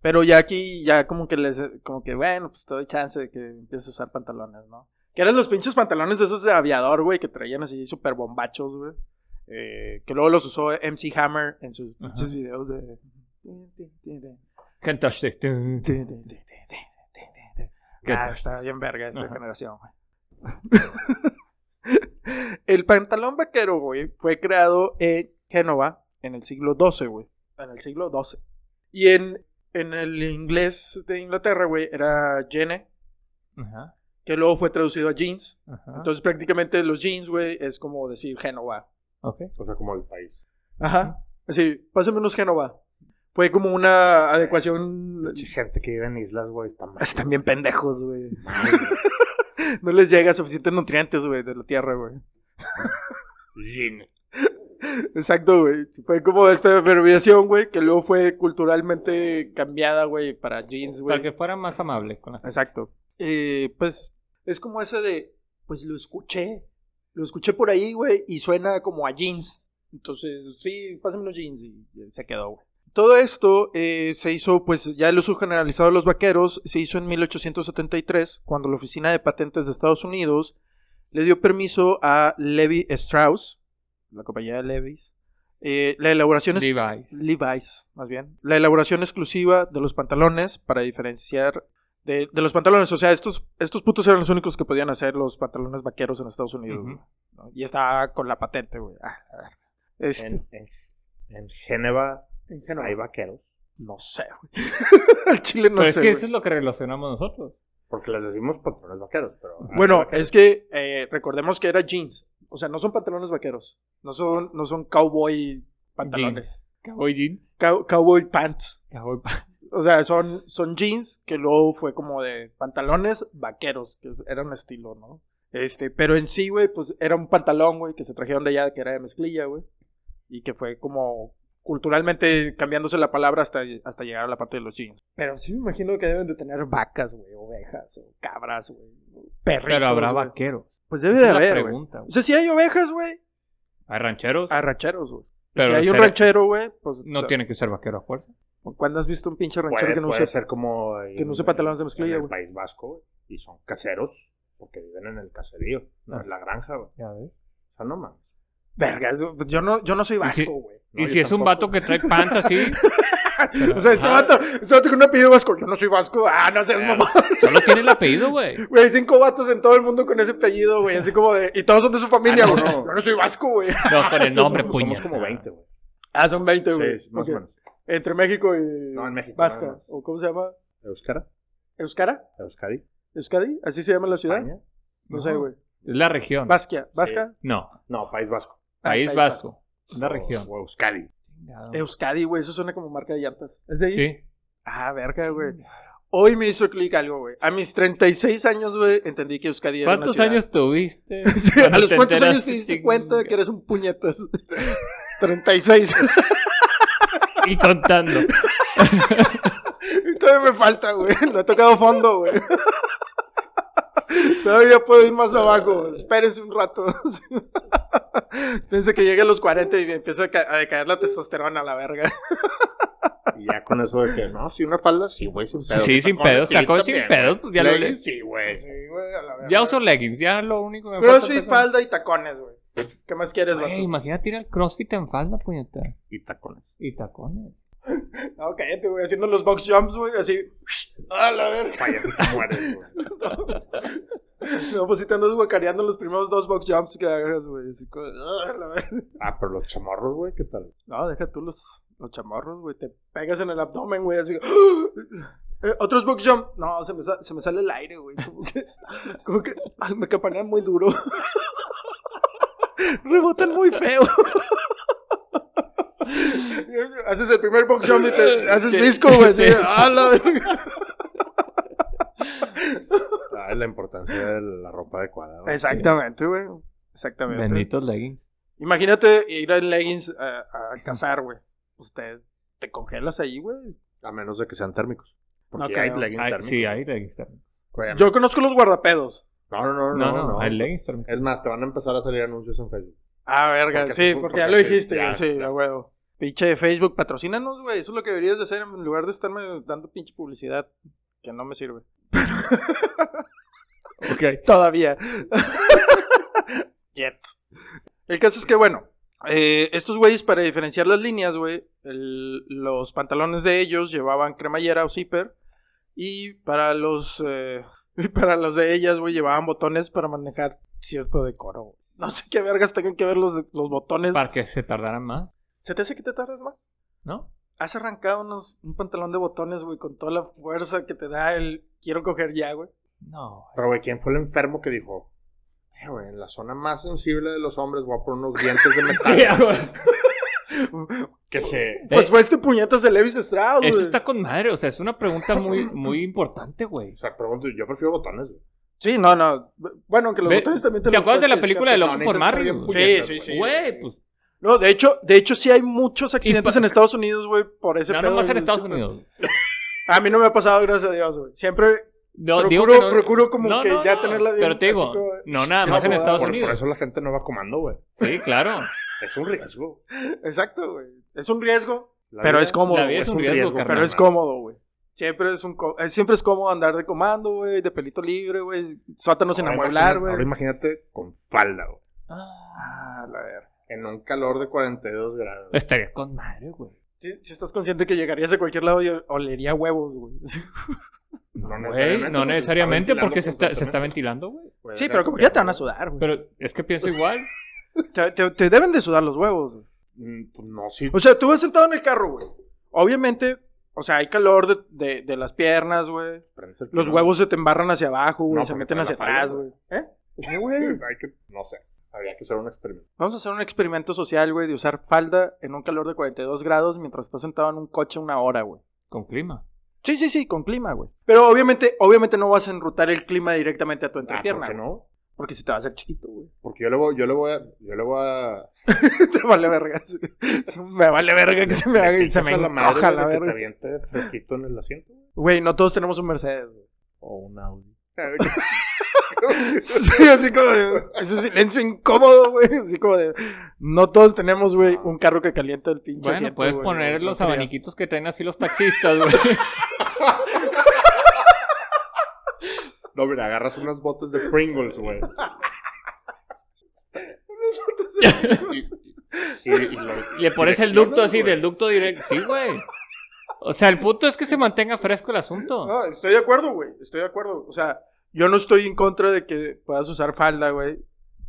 Pero ya aquí, ya como que les, como que bueno, pues te doy chance de que empieces a usar pantalones, ¿no? Que eran los pinches pantalones esos de aviador, güey, que traían así super bombachos, güey. Eh, que luego los usó MC Hammer en sus Ajá. pinches videos de... Fantastic. Ah, está bien verga esa generación, güey. el pantalón vaquero, güey, fue creado en Génova en el siglo XII, güey. En el siglo XII. Y en, en el inglés de Inglaterra, güey, era gene, Ajá, que luego fue traducido a jeans. ajá. Entonces prácticamente los jeans, güey, es como decir Génova. Ok. O sea, como el país. Ajá. Así, pásame unos Génova. Fue como una adecuación... Gente que vive en islas, güey, está mal. Están bien pendejos, güey. No les llega suficientes nutrientes, güey, de la tierra, güey. Gin. Exacto, güey. Fue como esta abreviación, güey, que luego fue culturalmente cambiada, güey, para jeans, Para güey. que fuera más amable con la gente. Exacto. Eh, pues es como ese de, pues lo escuché, lo escuché por ahí, güey, y suena como a jeans. Entonces, sí, pásame los jeans y y se quedó, güey. Todo esto eh, se hizo, pues ya el uso generalizado de los vaqueros se hizo en 1873, cuando la Oficina de Patentes de Estados Unidos le dio permiso a Levi Strauss, la compañía de Levi's, Eh, la elaboración es Levi's. Levi's, más bien. La elaboración exclusiva de los pantalones para diferenciar de, de los pantalones. O sea, estos, estos putos eran los únicos que podían hacer los pantalones vaqueros en Estados Unidos. Ujú. güey, ¿no? Y estaba con la patente, güey. Ah, a ver. Este, En, en, en Génova en Génova. hay vaqueros. No sé, güey. Al chile no Pero es sé. que güey. eso es lo que relacionamos nosotros. Porque les decimos patrones vaqueros, pero. hay Bueno, vaqueros. es que eh, recordemos que era jeans. O sea, no son pantalones vaqueros. No son, no son cowboy pantalones. Cowboy jeans. Cow- cowboy pants. Cowboy pa- O sea, son, son jeans que luego fue como de pantalones vaqueros, que es- era un estilo, ¿no? Este, pero en sí, güey, pues era un pantalón, güey, que se trajeron de allá, que era de mezclilla, güey. Y que fue como culturalmente cambiándose la palabra hasta, hasta llegar a la parte de los jeans. Pero sí me imagino que deben de tener vacas, güey, ovejas, o cabras, güey, perritos. Pero habrá güey. vaqueros. Pues debe Esa de es la haber, güey. pregunta, güey. O sea, si hay ovejas, güey, ¿Hay rancheros? hay rancheros, güey. Pero si hay un será- ranchero, güey, pues... No tiene que ser vaquero a fuerza. ¿Cuándo has visto un pinche ranchero Puede, que no puede use ser como. en- que no use pantalones de en- mezclilla, En el güey. País Vasco, güey, Y son caseros, porque viven en el caserío, no en la granja, güey. Ya ves. O sea, no mames. Verga, eso- pues yo no, yo no soy si- vasco, güey. Y No, si yo es un tampoco. vato que trae panza así, O sea, este Ajá. vato, este vato con un apellido vasco, yo no soy vasco, ah, no seas mamá. solo tiene el apellido, güey. Güey, hay cinco vatos en todo el mundo con ese apellido, güey, así como de, y todos son de su familia, Ah, no. güey. no. Yo no soy vasco, güey. No, con el nombre, somos, puñal. somos como 20, güey. Ah, son 20, Sí, güey. es más Ok. o menos. Entre México y No, en México, Vasca, nada más. o cómo se llama, Euskara, Euskara, Euskadi, Euskadi, así se llama la ciudad. España. No sé, güey. Es la región. Vasquia, Vasca. No, No, País Vasco. Ah, País País Eh, Vasco. Es la O- región. O Euskadi. Euskadi, güey, eso suena como marca de llantas. ¿Es de ahí? Sí. Ah, verga, güey. Hoy me hizo clic algo, güey. A mis 36 años, güey, entendí que Euskadi era una ¿Cuántos ciudad. años tuviste? Sí, ¿A Cuando los te cuántos años enteraste, te diste ching- cuenta que eres un puñetas? 36. Y contando. Todavía me falta, güey. No he tocado fondo, güey. Todavía puedo ir más abajo. Espérense un rato. Pensé que llegue a los 40 y me empieza a, ca- a decaer la testosterona a la verga. Y ya con eso de que, no, si una falda, sí, güey, sin pedos. Sí, sin Tacones, pedos. sí, Tacones sin también, pedos. güey. ya lo Leggings, lees. Sí, güey. Ya uso leggings. Ya lo único que me falta es Crossfit, eso. falda y tacones, güey. ¿Qué más quieres, Güey, güey? imagínate ir al crossfit en falda, puñeta. Y tacones. Y tacones. No, cállate, güey. Haciendo los box jumps, güey. Así. A la verga. Vaya, si te mueres, güey. No, pues si te andas guacareando los primeros dos box jumps que hagas, güey. Así como, "Ah, la verga". Ah, pero los chamorros, güey, ¿qué tal? No, deja tú los, los chamorros, güey. Te pegas en el abdomen, güey. Así. Eh, Otros box jump. No, se me, sa- se me sale el aire, güey. Como que, como que ay, me campanean muy duro. Rebotan muy feo. haces el primer box jump y te haces Sí. disco, güey. Así, Sí. "Ah, la verga". Ah, la importancia de la ropa adecuada. güey. Exactamente, güey. Exactamente. Benditos leggings. Imagínate ir en leggings a, a cazar, güey. Usted te congelas ahí, güey. A menos de que sean térmicos. Porque No hay creo. leggings Ay, térmicos. sí, hay leggings también. Güey, a mí- Yo conozco los guardapedos. No, no, No, no, no. no, no. hay leggings también. Es más, te van a empezar a salir anuncios en Facebook. Ah, verga, Porque sí, sí, porque porque ya lo sí, dijiste, ya, güey, sí, ya. a huevo. Pinche de Facebook, patrocínanos, güey, eso es lo que deberías de hacer en lugar de estarme dando pinche publicidad que no me sirve. Ok. Todavía. Yet. El caso es que, bueno, eh, estos güeyes para diferenciar las líneas, güey, el- los pantalones de ellos llevaban cremallera o zipper y para los, eh, y para los de ellas, güey, llevaban botones para manejar cierto decoro. güey. No sé qué vergas tengan que ver los, los botones. Para que se tardaran más, ¿Se te hace que te tardas más? ¿no? Has arrancado unos, un pantalón de botones, güey, con toda la fuerza que te da el quiero coger ya, güey. Eh. No. Pero, güey, ¿quién fue el enfermo que dijo? Eh, güey, en la zona más sensible de los hombres voy a poner unos dientes de metal Ah, que se... Pues fue este puñetas de Levis Strauss, Eso güey. está con madre, o sea, es una pregunta muy, muy importante, güey. O sea, pregunto, yo prefiero botones, güey. Sí, no, no. Bueno, que los Ve- botones también te ¿Te los acuerdas de puedes la película de quitar. Loco No, por neta, está Mario? bien güey? puñetas, Sí, sí, sí. Güey, pues No, de hecho, de hecho sí hay muchos accidentes pa- en Estados Unidos, güey, por ese no pedo nomás en del Estados zipper. Unidos. A mí no me ha pasado, gracias a Dios, güey. Siempre No, Procuro- digo que no- procuro como que ya tenerla bien Pero te digo, así como- pues, no nada No, más en como- Estados Por, por Unidos. eso la gente no va comando, güey. Sí, claro. Es un riesgo. Exacto, güey. Es un riesgo, La pero vida- es cómodo, la güey. vida es un riesgo, Pero carnal. es cómodo, güey. Siempre es, un co- eh, siempre es cómodo andar de comando, güey, de pelito libre, güey, sótanos sin Ahora amueblar, imagina- Ahora güey. imagínate con falda, güey. Ah, la verga. en un calor de 42 grados. Estaría con madre, güey. Si, si estás consciente que llegarías a cualquier lado y ol- olería huevos, güey. No Güey, no necesariamente porque se está, se está ventilando, ventilando güey. constantemente. Sí, pero como que ya te van a sudar, güey. Pero es que pienso igual. Te, te- te deben de sudar los huevos, güey. Mm, pues no, sí. O sea, tú vas sentado en el carro, güey. Obviamente, o sea, hay calor de, de- de las piernas, güey. prendes el Los timón. huevos se te embarran hacia abajo, güey. No, se porque meten trae hacia la falla, atrás, güey. güey. ¿Eh? Sí, güey. Hay que- no sé. Habría que hacer un experimento. Vamos a hacer un experimento social, güey, de usar falda en un calor de 42 grados mientras estás sentado en un coche una hora, güey. Con clima. Sí, sí, sí, con clima, güey. Pero obviamente, obviamente no vas a enrutar el clima directamente a tu Ah, entrepierna, ¿por qué güey, no? porque si te va a hacer chiquito, güey. Porque yo le voy, yo le voy a, yo le voy a. te vale verga. sí. Sí, Me vale verga que se me haga y se Picas me a la madre encoja güey, de la que te verga. aviente fresquito en el asiento. Güey, no todos tenemos un Mercedes, güey. O un Audi. Sí, así como de, ese silencio incómodo, güey. Así como de, no todos tenemos, güey, un carro que calienta el pinche Bueno, asiento, puedes güey, poner no los creo. abaniquitos que traen así los taxistas, güey. No, mira, agarras unas botas de Pringles, güey. Y, y lo- Le pones el direccionas, ducto así, güey. del ducto directo. Sí, güey. O sea, el punto es que se mantenga fresco el asunto. No, estoy de acuerdo, güey. Estoy de acuerdo. O sea, yo no estoy en contra de que puedas usar falda, güey.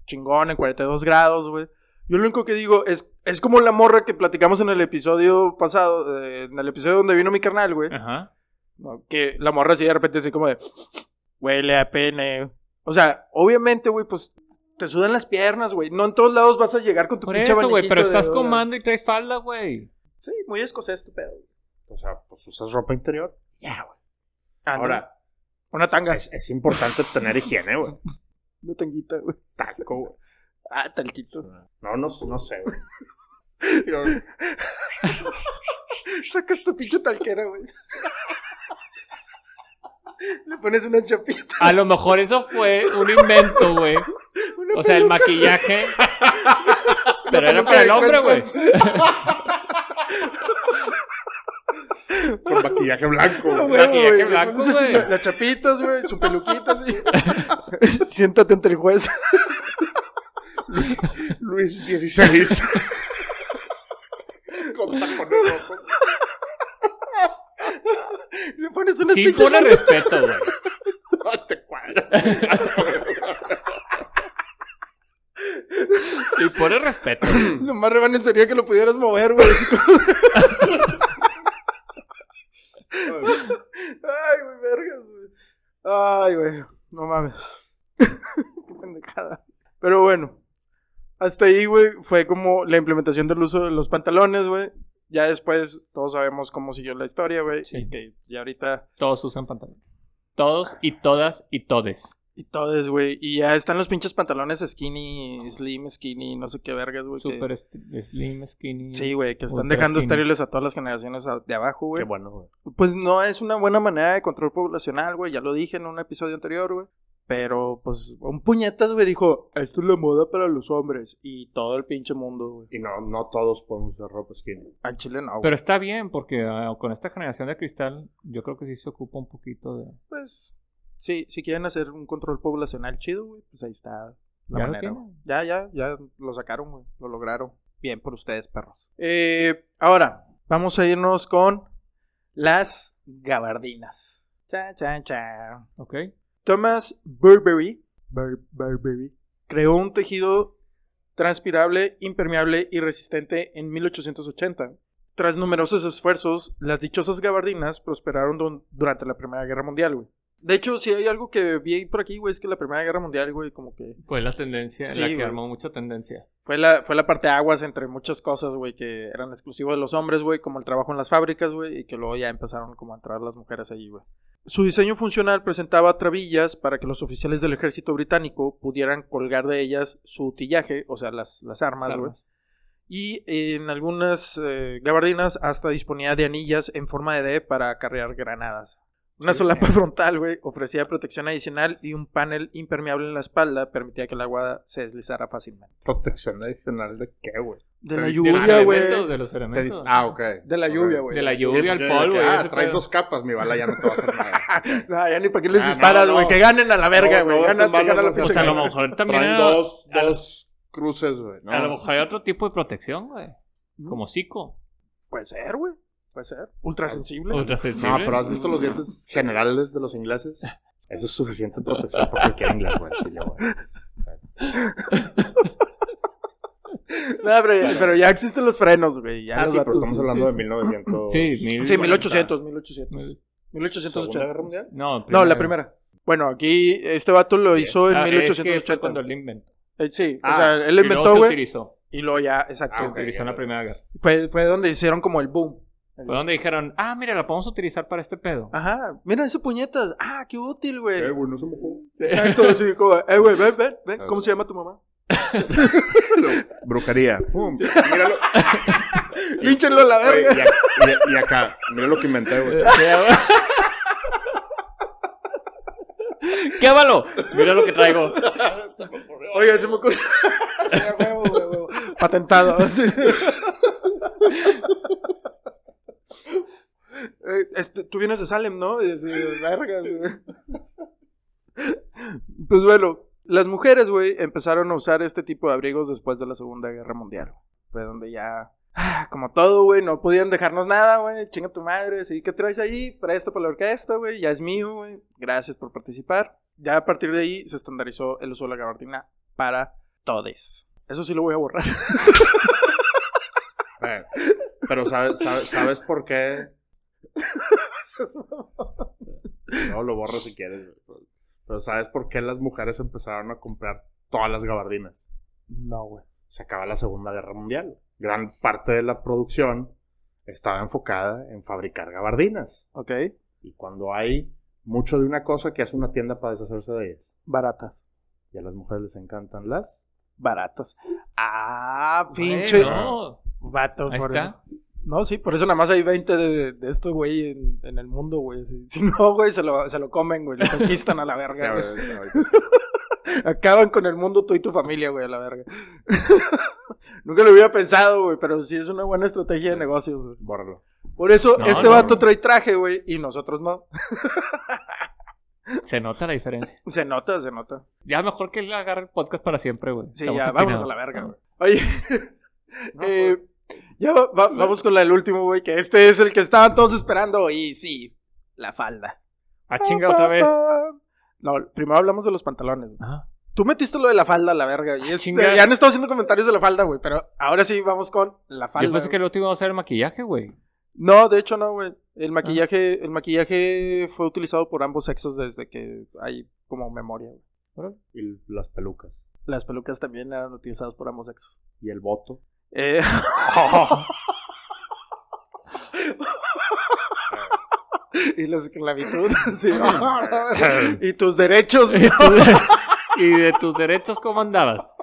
Chingón, en 42 grados, güey. Yo lo único que digo es, es como la morra que platicamos en el episodio pasado, eh, en el episodio donde vino mi carnal, güey. Ajá. ¿no? Que la morra así de repente así como de, huele a pene. O sea, obviamente, güey, pues te sudan las piernas, güey. No en todos lados vas a llegar con tu Por pinche eso, güey, abaniquito pero de- estás comando y traes falda, güey. Sí, muy escocés tu pedo. O sea, pues usas ropa interior. Ya, güey. Ahora, Una tanga. es, es importante tener higiene, güey. Una tanguita, güey. Talco, güey. Ah, talquito. No, no, no sé, güey. Pero, Sacas tu pinche talquera, güey. Le pones una chapita. A lo mejor eso fue un invento, güey. una O sea, el peluca. maquillaje. Pero era peluca para de el hombre, güey. Cuentos. Con maquillaje blanco, Ah, güey. güey, maquillaje güey, blanco, le pones así güey. la- Las chapitas, güey, su peluquita, así. Siéntate entre el juez. Luis 16. Con tacones rojos. Le pones unas Sí, pinches- pone respeto, güey. No te cuadras. Y pone respeto. Lo más rebane sería que lo pudieras mover, güey. Ay, güey, vergas, güey. Ay, güey, no mames. Qué pendejada. Pero bueno, hasta ahí, güey, fue como la implementación del uso de los pantalones, güey. Ya después todos sabemos cómo siguió la historia, güey. Sí. Y que ya ahorita... Todos usan pantalones. Todos y todas y todes. Y todos, güey. Y ya están los pinches pantalones skinny, slim, skinny, no sé qué vergas, güey. que- Super st- slim, skinny. Sí, güey, que están Ultra dejando skinny. estériles a todas las generaciones a- de abajo, güey. Qué bueno, güey. Pues no es una buena manera de control poblacional, güey. Ya lo dije en un episodio anterior, güey. Pero, pues, un puñetas, güey, dijo, esto es la moda para los hombres. Y todo el pinche mundo, güey. Y no, no todos podemos usar ropa skinny. Al chile no, güey. Pero está bien, porque ah, con esta generación de cristal, yo creo que sí se ocupa un poquito de. pues, sí, si quieren hacer un control poblacional chido, güey, pues ahí está la Ya lo manera. tienen. güey. Ya, ya, ya lo sacaron, güey. Lo lograron. Bien por ustedes, perros. Eh, ahora, vamos a irnos con las gabardinas. Cha, cha, cha. ¿Ok? Thomas Burberry, Bur- Burberry creó un tejido transpirable, impermeable y resistente en 1880. Tras numerosos esfuerzos, las dichosas gabardinas prosperaron dun- durante la Primera Guerra Mundial, güey. De hecho, si hay algo que vi por aquí, güey, es que la Primera Guerra Mundial, güey, como que Fue la tendencia, Sí, la que güey. armó mucha tendencia. fue la, fue la parte de aguas entre muchas cosas, güey, que eran exclusivas de los hombres, güey, como el trabajo en las fábricas, güey, y que luego ya empezaron como a entrar las mujeres ahí, güey. Su diseño funcional presentaba trabillas para que los oficiales del ejército británico pudieran colgar de ellas su utillaje, o sea, las, las armas, Las güey. armas. Y en algunas eh, gabardinas hasta disponía de anillas en forma de D para acarrear granadas. Una Sí, solapa frontal, güey, ofrecía protección adicional y un panel impermeable en la espalda permitía que el agua se deslizara fácilmente. ¿Protección adicional de qué, güey? De Te la diste- De los lluvia, elementos, güey. de los Te dis- elementos. Ah, ok. De la lluvia, güey. De la lluvia al porque polvo. de que, y Ah, ese traes pedo. dos capas, mi bala ya no te va a hacer nada. Nah, ya ni para qué les Ah, no, disparas, no. güey. Que ganen a la verga, No, güey. no, Gana- que estos gana malos la no pinche O sea, a lo gana. mejor también Traen era- dos, a lo- dos cruces, güey. ¿no? Mm. A lo mejor hay otro tipo de protección, güey. Como psico. Puede ser, güey. Puede ser. Ultrasensible. Ultrasensible. No, pero ¿has visto los dientes generales de los ingleses? Eso es suficiente protección para cualquier inglés, güey, al chile, güey. No, pero, ya- pero ya existen los frenos, güey. Ya Ah, los sí, pero vatos- estamos hablando de 1900. Sí, mil- Sí, 1800, 1800. ¿Segunda 1880. Guerra Mundial? No, No, la primera. Bueno, aquí este vato lo hizo en Ah, es que fue 1880. cuando él inventó. Eh, Sí, o Ah, sea, él lo Y luego inventó, se güey. utilizó. Y luego ya, exacto. Se Ah, ok, utilizó ya, en la ya. Primera Guerra. Fue, fue donde hicieron como el boom. Fue donde dijeron, ah, mira, la podemos utilizar para este pedo. Ajá, mira ese puñetas. Ah, qué útil, güey. Eh, güey, no se mojó. Exacto, así como, eh, güey, ven, ven, ven. Ah, ¿Cómo güey. se llama tu mamá? Brujería. Pum. Míralo. Eh, Línchenlo a la Oye, verga. y, ac- y- y acá, mira lo que inventé, güey. ¡Quémalo! Mira lo que traigo. Oye, se me ocurrió. Patentado. así. Eh, este, Tú vienes de Salem, ¿no? Y así, vergas, güey. Pues bueno, las mujeres, güey, empezaron a usar este tipo de abrigos después de la Segunda Guerra Mundial. Fue donde ya, ah, como todo, güey, no podían dejarnos nada, güey. Chinga tu madre, sí, ¿qué traes ahí? Presta para la orquesta, güey, ya es mío, güey. Gracias por participar. Ya a partir de ahí se estandarizó el uso de la gabardina para todes. Eso sí lo voy a borrar. Eh, Pero ¿sabes, sabes, ¿sabes por qué? No, lo borro si quieres. güey. Pero ¿sabes por qué las mujeres empezaron a comprar todas las gabardinas? No, güey. Se acaba la Segunda Guerra Mundial. Gran parte de la producción estaba enfocada en fabricar gabardinas. Ok, Y cuando hay mucho de una cosa que hace una tienda para deshacerse de ellas. baratas. Y a las mujeres les encantan las. Baratas. Ah, pinche. Bueno, Vato, ahí por eso. está. No, sí, por eso nada más hay 20 de, de estos, güey, en, en el mundo, güey. Si, si no, güey, se lo, se lo comen, güey. Lo conquistan a la Sí, a verga, ver, güey. a ver, sí. Acaban con el mundo tú y tu familia, güey, a la verga. Nunca lo hubiera pensado, güey, pero sí es una buena estrategia de negocios, güey. Bórralo. Por eso No, este no, vato no. trae traje, güey, y nosotros no. Se nota la diferencia. Se nota, se nota. Ya mejor que él agarre el podcast para siempre, güey. Sí, Estamos ya, vámonos empinados. a la verga, güey. Oye, eh, pues, ya va- va- vamos con la del último, güey, que este es el que estaban todos esperando. Y sí, la falda. Ah, chinga otra vez. No, primero hablamos de los pantalones. güey. Ah, Tú metiste lo de la falda a la verga. Y es- chinga. ya han estado haciendo comentarios de la falda, güey, pero ahora sí vamos con la falda. yo pensé güey. que el último iba a ser el maquillaje, güey. No, de hecho no, güey. Ah. El maquillaje, el maquillaje fue utilizado por ambos sexos desde que hay como memoria, güey. Y las pelucas. Las pelucas también eran utilizadas por ambos sexos. Y el voto. Eh, y la esclavitud. sí. y tus derechos. ¿Y de tus derechos cómo andabas?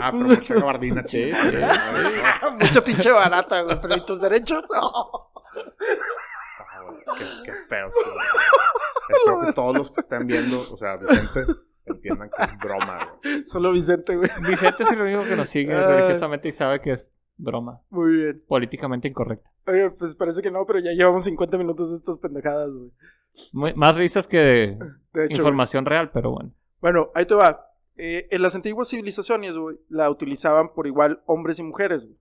Ah, pero mucha gabardina, Sí, chingón, sí, güey. sí. Mucha pinche barata, güey. Pero ¿y tus derechos? Ah, güey, qué, qué feo. sí, güey. Espero que todos los que estén viendo, o sea, Vicente, entiendan que es broma, güey. Solo Vicente, güey. Vicente es el único que nos sigue Ay. religiosamente y sabe que es broma. Muy bien. Políticamente incorrecta. Oye, pues parece que no, pero ya llevamos 50 minutos de estas pendejadas, güey. Muy- más risas que de De hecho, güey. información real, pero bueno. Bueno, ahí te va. Eh, en las antiguas civilizaciones, güey, la utilizaban por igual hombres y mujeres, güey.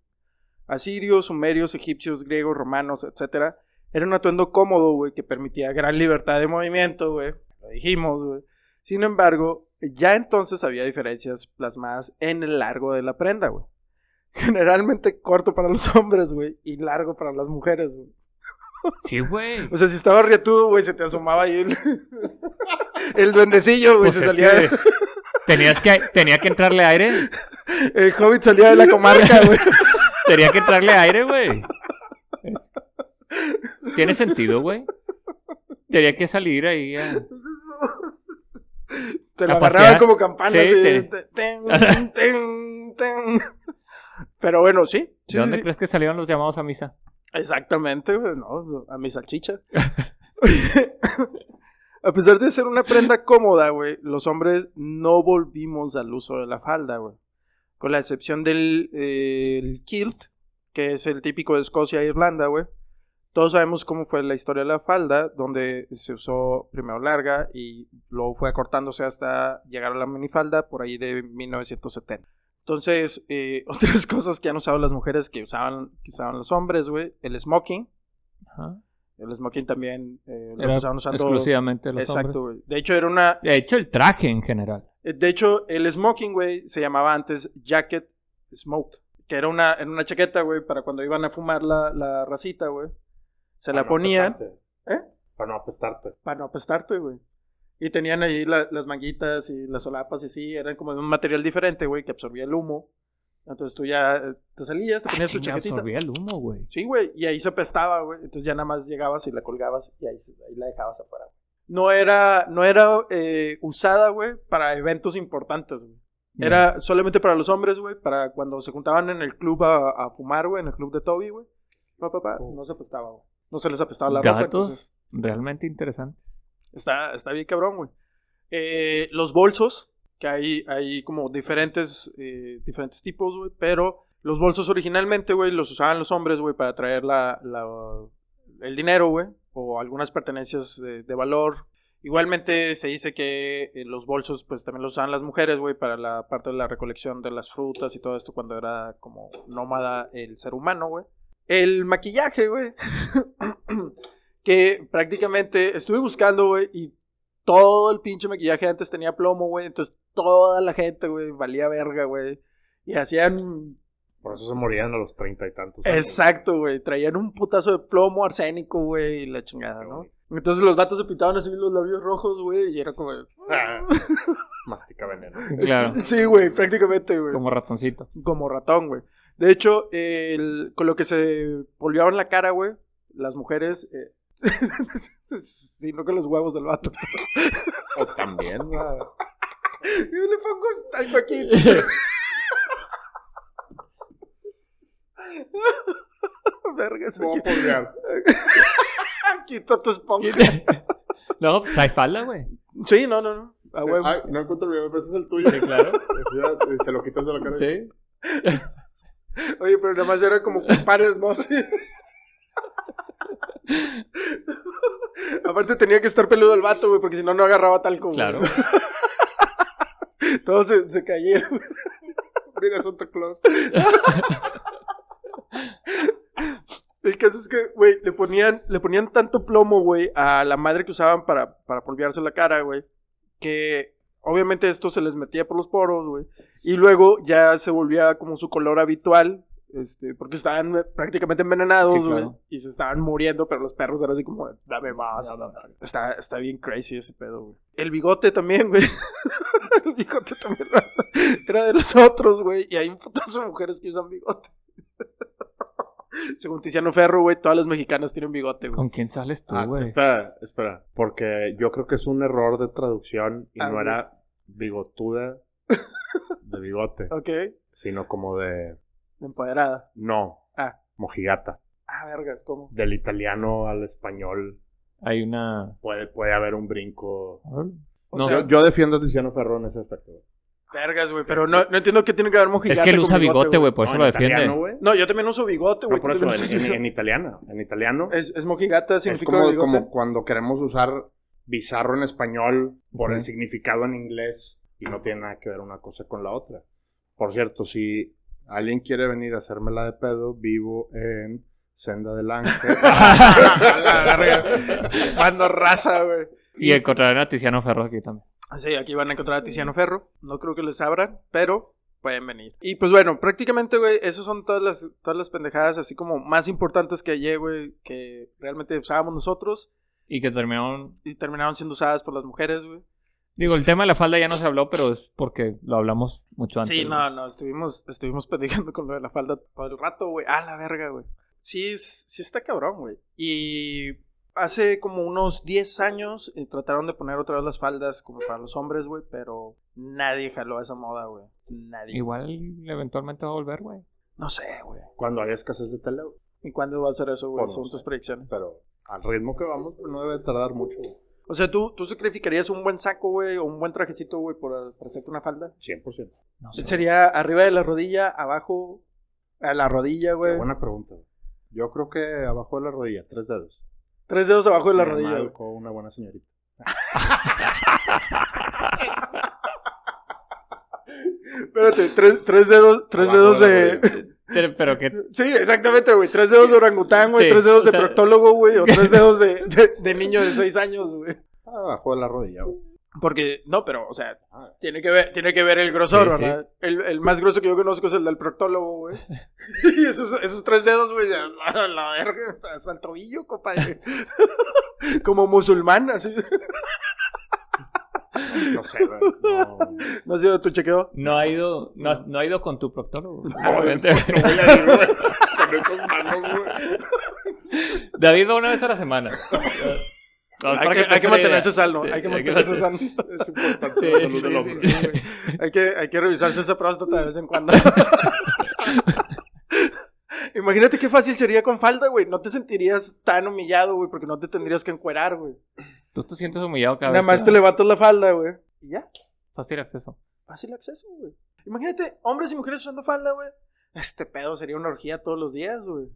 Asirios, sumerios, egipcios, griegos, romanos, etcétera. Era un atuendo cómodo, güey, que permitía gran libertad de movimiento, güey. Lo dijimos, güey. Sin embargo, ya entonces había diferencias plasmadas en el largo de la prenda, güey. Generalmente corto para los hombres, güey, y largo para las mujeres, güey. Sí, güey. Pues O sea, si estaba riatudo, güey, se te asomaba ahí el, el duendecillo, güey, Pues se es salía. que tenías que, tenía que entrarle aire. El hobbit salía de la comarca, güey. Tenía que entrarle aire, güey. Es- Tiene sentido, güey. Tenía que salir ahí. a- Te lo A pasear. agarraban como campana. Sí, así, te- te- ten, ten, ten. Pero bueno, sí. sí, ¿De dónde sí, sí. crees que salieron los llamados a misa? Exactamente, güey, no, a mi salchicha. a pesar de ser una prenda cómoda, güey, los hombres no volvimos al uso de la falda, güey. Con la excepción del eh, el kilt, que es el típico de Escocia e Irlanda, güey. Todos sabemos cómo fue la historia de la falda, donde se usó primero larga y luego fue acortándose hasta llegar a la minifalda por ahí de 1970. Entonces, eh, otras cosas que han usado las mujeres que usaban, que usaban los hombres, güey, el smoking. Ajá. El smoking también eh, lo Era usaban usando. exclusivamente los Exacto, hombres. güey. De hecho, era una. De hecho, el traje en general. eh, De hecho, el smoking, güey, se llamaba antes jacket smoke. Que era una, era una chaqueta, güey, para cuando iban a fumar la, la racita, güey. Se la ponían. ¿Eh? ¿Eh? Para no apestarte. para no apestarte, güey. Y tenían ahí la- las manguitas y las solapas y así, eran como de un material diferente, güey, que absorbía el humo. Entonces tú ya eh, te salías, te Ah, ponías tu chinga, chaquetita. absorbía el humo, güey. Sí, güey, y ahí se apestaba, güey. Entonces ya nada más llegabas y la colgabas y ahí, se- ahí la dejabas afuera. No era, no era eh, usada, güey, para eventos importantes, güey. Era solamente para los hombres, güey, para cuando se juntaban en el club a, a fumar, güey, en el club de Toby, güey. Pa, pa, pa, no se apestaba, güey. No se les apestaba la ropa. Datos entonces- realmente interesantes. Está, está bien cabrón, güey. Eh, los bolsos, que hay, hay como diferentes, eh, diferentes tipos, güey, pero los bolsos originalmente, güey, los usaban los hombres, güey, para traer la, la- el dinero, güey, o algunas pertenencias de, de valor. Igualmente se dice que eh, los bolsos, pues también los usaban las mujeres, güey, para la parte de la recolección de las frutas y todo esto cuando era como nómada el ser humano, güey. El maquillaje, güey. que prácticamente estuve buscando, güey, y todo el pinche maquillaje antes tenía plomo, güey. Entonces toda la gente, güey, valía verga, güey. Y hacían. Por eso se morían a los treinta y tantos. años. Exacto, güey. Traían un putazo de plomo, arsénico, güey, y la chingada, ¿no? Entonces los vatos se pintaban así los labios rojos, güey, y era como. Ah, Mastica veneno. Claro, Sí, güey, prácticamente, güey. como ratoncito. Como ratón, güey. De hecho, el- con lo que se polviaban la cara, güey, las mujeres. eh, sino que los huevos del vato. O también, güey. Yo le pongo algo aquí. Verga, eso Voy a aquí. polvear. Quita tu esponja. No, trae falda, güey. Sí, no, no, no. A Ah, huevo. Ay, no encuentro el video, pero ese es el tuyo. Sí, claro. se lo quitas de la cara. Sí. Oye, pero nada más era como con pares, ¿no? Sí. Aparte tenía que estar peludo el vato, güey, porque si no, no agarraba talco, güey. Claro. Todo se, se caía, güey. Mira, Santa Claus. El caso es que, güey, le ponían, le ponían tanto plomo, güey, a la madre que usaban para, para polviarse la cara, güey, que obviamente esto se les metía por los poros, güey, y luego ya se volvía como su color habitual, este, porque estaban eh, prácticamente envenenados, Sí, güey, claro. y se estaban muriendo, pero los perros eran así como, dame más. Está, está bien crazy ese pedo, güey. El bigote también, güey. El bigote también era, era de los otros, güey, y hay un putazo de mujeres que usan bigote. Según Tiziano Ferro, güey, todas las mexicanas tienen bigote, güey. ¿Con quién sales tú, Ah, güey? espera, espera. Porque yo creo que es un error de traducción y Ah, no güey. era bigotuda de bigote, Ok, sino como de. empoderada. No. Ah. Mojigata. Ah, vergas, ¿cómo? Del italiano al español Hay una. puede, puede haber un brinco. No, Yo, yo defiendo a Tiziano Ferro en ese aspecto. Vergas, güey, pero no, no entiendo qué tiene que ver mojigata es que él con usa bigote, güey, por No, eso en lo defiende. italiano, güey. No, yo también uso bigote, Este güey. No, por tú eso, también en, en- usas- en italiano. En italiano. es, es mojigata, Es significa como, bigote. como cuando queremos usar bizarro en español por el Ujú. significado en inglés y no tiene nada que ver una cosa con la otra. Por cierto, si alguien quiere venir a hacérmela de pedo, vivo en Senda del Ángel. A la verga. Mando raza, güey. Y encontrarán a Tiziano Ferro aquí también. Ah, Sí, aquí van a encontrar a Tiziano Ferro. No creo que les abran, pero pueden venir. Y pues bueno, prácticamente, güey, esas son todas las, todas las pendejadas así como más importantes que ayer, güey, que realmente usábamos nosotros Y que terminaron. y terminaron siendo usadas por las mujeres, güey. Digo, el tema de la falda ya no se habló, pero es porque lo hablamos mucho antes. Sí, güey. no, no, estuvimos, estuvimos pendejando con lo de la falda todo el rato, güey. Ah, la verga, güey. Sí, es- sí está cabrón, güey. Y hace como unos 10 años eh, trataron de poner otra vez las faldas como para los hombres, güey, pero nadie jaló a esa moda, güey. Nadie. Igual eventualmente va a volver, güey. No sé, güey. cuando hay escasez de tele, ¿Y cuándo va a ser eso, güey? Pues no Son sé. tus predicciones. pero al ritmo que vamos, pues, no debe tardar mucho. güey. O sea, ¿tú, tú sacrificarías un buen saco, güey, o un buen trajecito, güey, por, por hacerte una falda? 100%. No sé. Sería arriba de la rodilla, abajo, a la rodilla, Qué güey. buena pregunta. güey. Yo creo que abajo de la rodilla, tres dedos. Tres dedos abajo de la Mi mamá rodilla. güey. educó una buena señorita. Espérate, tres, tres dedos, tres Abajo dedos la de. rodilla. Pero, pero que. Sí, exactamente, güey. Tres dedos de orangután, güey. Sí, tres dedos o de sea- proctólogo, güey. O tres dedos de, de- de niño de seis años, güey. Abajo de la rodilla, güey. Porque, no, pero, o sea, tiene que ver, tiene que ver el grosor, Sí, sí. ¿verdad? El, el más grueso que yo conozco es el del proctólogo, güey. y esos, esos tres dedos, güey, ya, a la verga, hasta el tobillo, compadre. Como musulmán, así. No sé, güey. No, ¿No has ido a tu chequeo? No ha ido, no, has- no ha ido con tu proctólogo. no voy a ir, güey. Con esas manos, güey. David va una vez a la semana. Para Hay que, hay que te des una mantenerse idea. sano, Sí, hay que mantenerse sano. Es importante Sí, la sí, salud del sí, hombre. sí, sí. Hay que, hay que revisarse esa próstata de vez en cuando. Imagínate qué fácil sería con falda, güey. No te sentirías tan humillado, güey, porque no te tendrías que encuerar, güey. Tú te sientes humillado cada Nada vez. más que- te levantas la falda, güey. Y ya, Fácil acceso. fácil acceso, güey. Imagínate hombres y mujeres usando falda, güey. Este pedo sería una orgía todos los días, güey.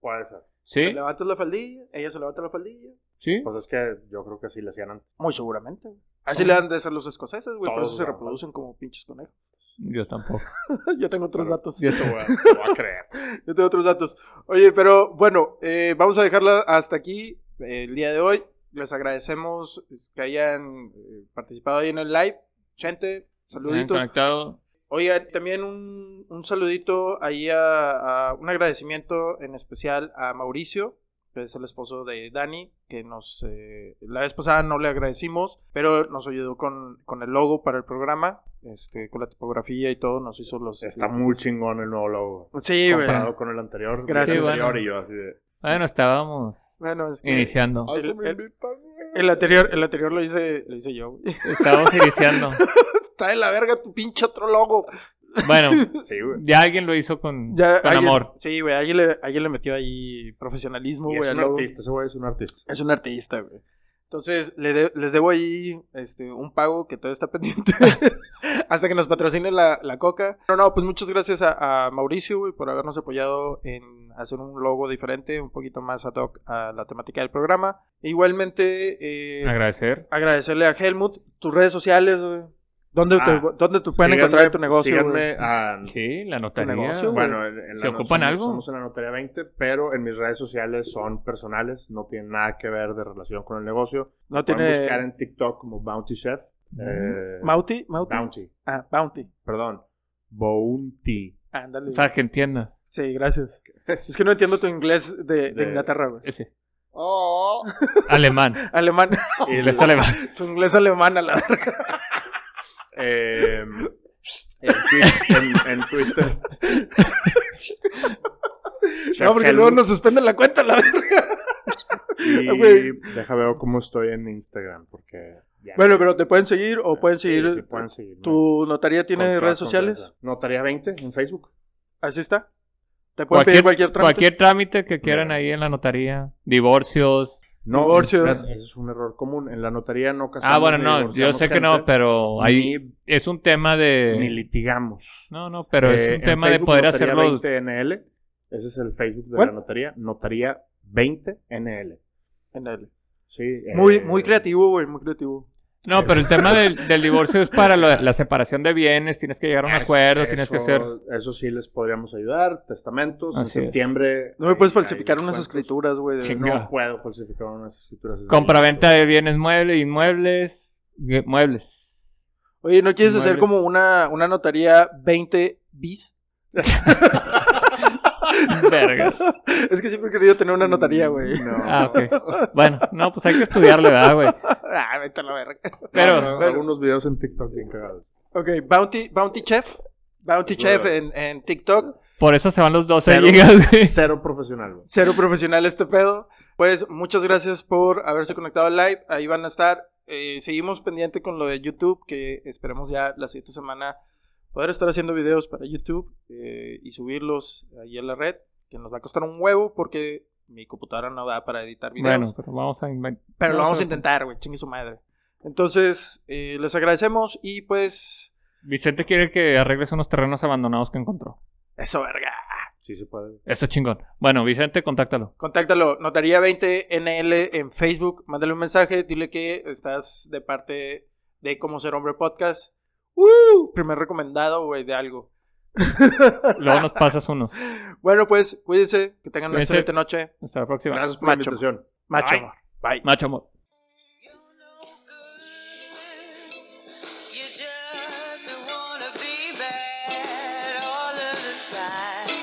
Puede ser. Te Sí, levantas la faldilla, ella se levanta la faldilla. sí. Pues es que yo creo que así le hacían antes. Muy seguramente, güey. Así le dan de ser los escoceses, güey. Por Todos eso se usaban reproducen como pinches conejos. Yo tampoco. Yo tengo otros Pero- datos. Yo te voy a, te voy a creer. Yo tengo otros datos. Oye, pero bueno, eh, vamos a dejarla hasta aquí eh, el día de hoy. Les agradecemos que hayan eh, participado ahí en el live. Gente, Bien saluditos. conectado. Oigan, también un, un saludito ahí a, a- un agradecimiento en especial a Mauricio, que es el esposo de Dani, que nos eh, la vez pasada no le agradecimos, pero nos ayudó con, con el logo para el programa, este, con la tipografía y todo, nos hizo los Está muy chingón el nuevo logo. Sí, güey. Comparado con el anterior. Gracias. El Sí, anterior bueno. y yo así de... Bueno, Ah, estábamos Bueno, es que- iniciando. El- eso me el- invitan, güey. El anterior, el anterior lo hice, lo hice yo. güey. Estábamos iniciando. Está de la verga tu pinche otro logo. Bueno, Sí, güey. ya alguien lo hizo con, Ya, con alguien- amor. Sí, güey, alguien le, alguien le metió ahí profesionalismo, Y güey. es al un logo. artista, ese güey es un artista. Es un artista, güey. Entonces, le de- les debo ahí este, un pago que todo está pendiente. Hasta que nos patrocine la, la coca. No, no, pues muchas gracias a, a Mauricio, güey, por habernos apoyado en hacer un logo diferente, un poquito más ad hoc a la temática del programa. E igualmente, eh, Agradecer. agradecerle a Helmut tus redes sociales, güey. ¿Dónde, Ah, te, ¿Dónde te pueden Síganme- encontrar tu negocio? güey? Síganme a... Sí, la notaría. Mm. negocio, güey. Bueno, en, en ¿Se no- ocupan somos- algo? Somos en la Notaría 20, pero en mis redes sociales son personales, no tienen nada que ver de relación con el negocio. No Pueden tiene. buscar en TikTok como Bounty Chef. eh, Mauti, Mauti. Bounty, Ah, Bounty. perdón. Bounty. Ándale. Para que entiendas. Sí, gracias. Es que no entiendo tu inglés de, de De- Inglaterra, güey. Ese. Oh. Alemán. Alemán. Y Les la- alemán. tu inglés alemán a la eh, en, twi- en- en Twitter. Chef No, porque Helmut. luego nos suspenden la cuenta, la verga. Y Güey. deja veo cómo estoy en Instagram, porque... ya Bueno, no- pero te pueden seguir o Sí, pueden seguir. sí, pueden seguirme. ¿Tu notaría Con tiene toda redes sociales? confianza. Notaría 20 en Facebook. Así está. Te pueden Cualquier, pedir cualquier trámite. cualquier trámite que quieran Mira. ahí en la notaría. Divorcios. No, Divorcios. espérate, ese es un error común. En la notaría no casamos. Ah, bueno, ni no. Yo divorciamos sé que gente, no, pero ahí Ni, es un tema ni de... litigamos. No, no, pero Eh, es un en tema de Facebook, poder notaría hacerlo 20NL. Ese es el Facebook de ¿Cuál? la notaría. Notaría 20NL. Ándale. Sí. eh, Muy, muy creativo, güey, muy creativo. No, pero el tema del, del divorcio es para la, la separación de bienes, tienes que llegar a un es- acuerdo, tienes que eso- ser... Eso sí les podríamos ayudar. Testamentos. en Así es. septiembre. No me puedes hay- hay falsificar unas descuentos. escrituras, güey. de- Sí. No puedo falsificar unas escrituras. es Compraventa delito. de bienes muebles, inmuebles, gue- muebles. Oye, ¿no quieres hacer Muebles. como una, una notaría 20 bis? Vergas. es que siempre he querido tener una notaría, güey. No. Ah, ok. Bueno, no, pues hay que estudiarle, ¿verdad, güey? ah, vete a la verga. Pero, No, no, pero- algunos videos en TikTok bien cagados. Ok, Bounty, Bounty Chef. Bounty Chef en, en TikTok. Por eso se van los 12 Cero. gigas, güey. Cero profesional. güey. Cero profesional este pedo. Pues muchas gracias por haberse conectado al live. Ahí van a estar. Eh, seguimos pendiente con lo de YouTube, que esperemos ya la siguiente semana poder estar haciendo videos para YouTube eh, y subirlos ahí en la red, que nos va a costar un huevo porque mi computadora no da para editar videos. Bueno, pero vamos a... inven- Pero lo vamos vamos a a- intentar, güey, chingue su madre. Entonces, eh, les agradecemos y pues... Vicente quiere que arregles unos terrenos abandonados que encontró. Eso, verga. Sí se puede. Eso chingón. Bueno, Vicente, contáctalo. Contáctalo, Notaría 20NL en Facebook, mándale un mensaje, dile que estás de parte de Como Ser Hombre Podcast. ¡Uh! Primer recomendado, güey, de algo. Luego nos pasas unos. Bueno, pues, cuídense, que tengan una Cuídense. excelente noche. Hasta la próxima. Gracias por la Macho. invitación. Macho Bye. amor. Bye. Macho amor. You just don't wanna be bad all of the time.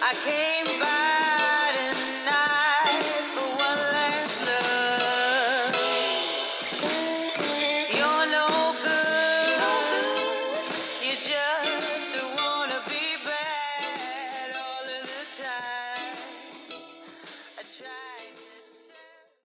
I came by tonight for one last love. You're no good. You just don't wanna be bad all of the time. I tried.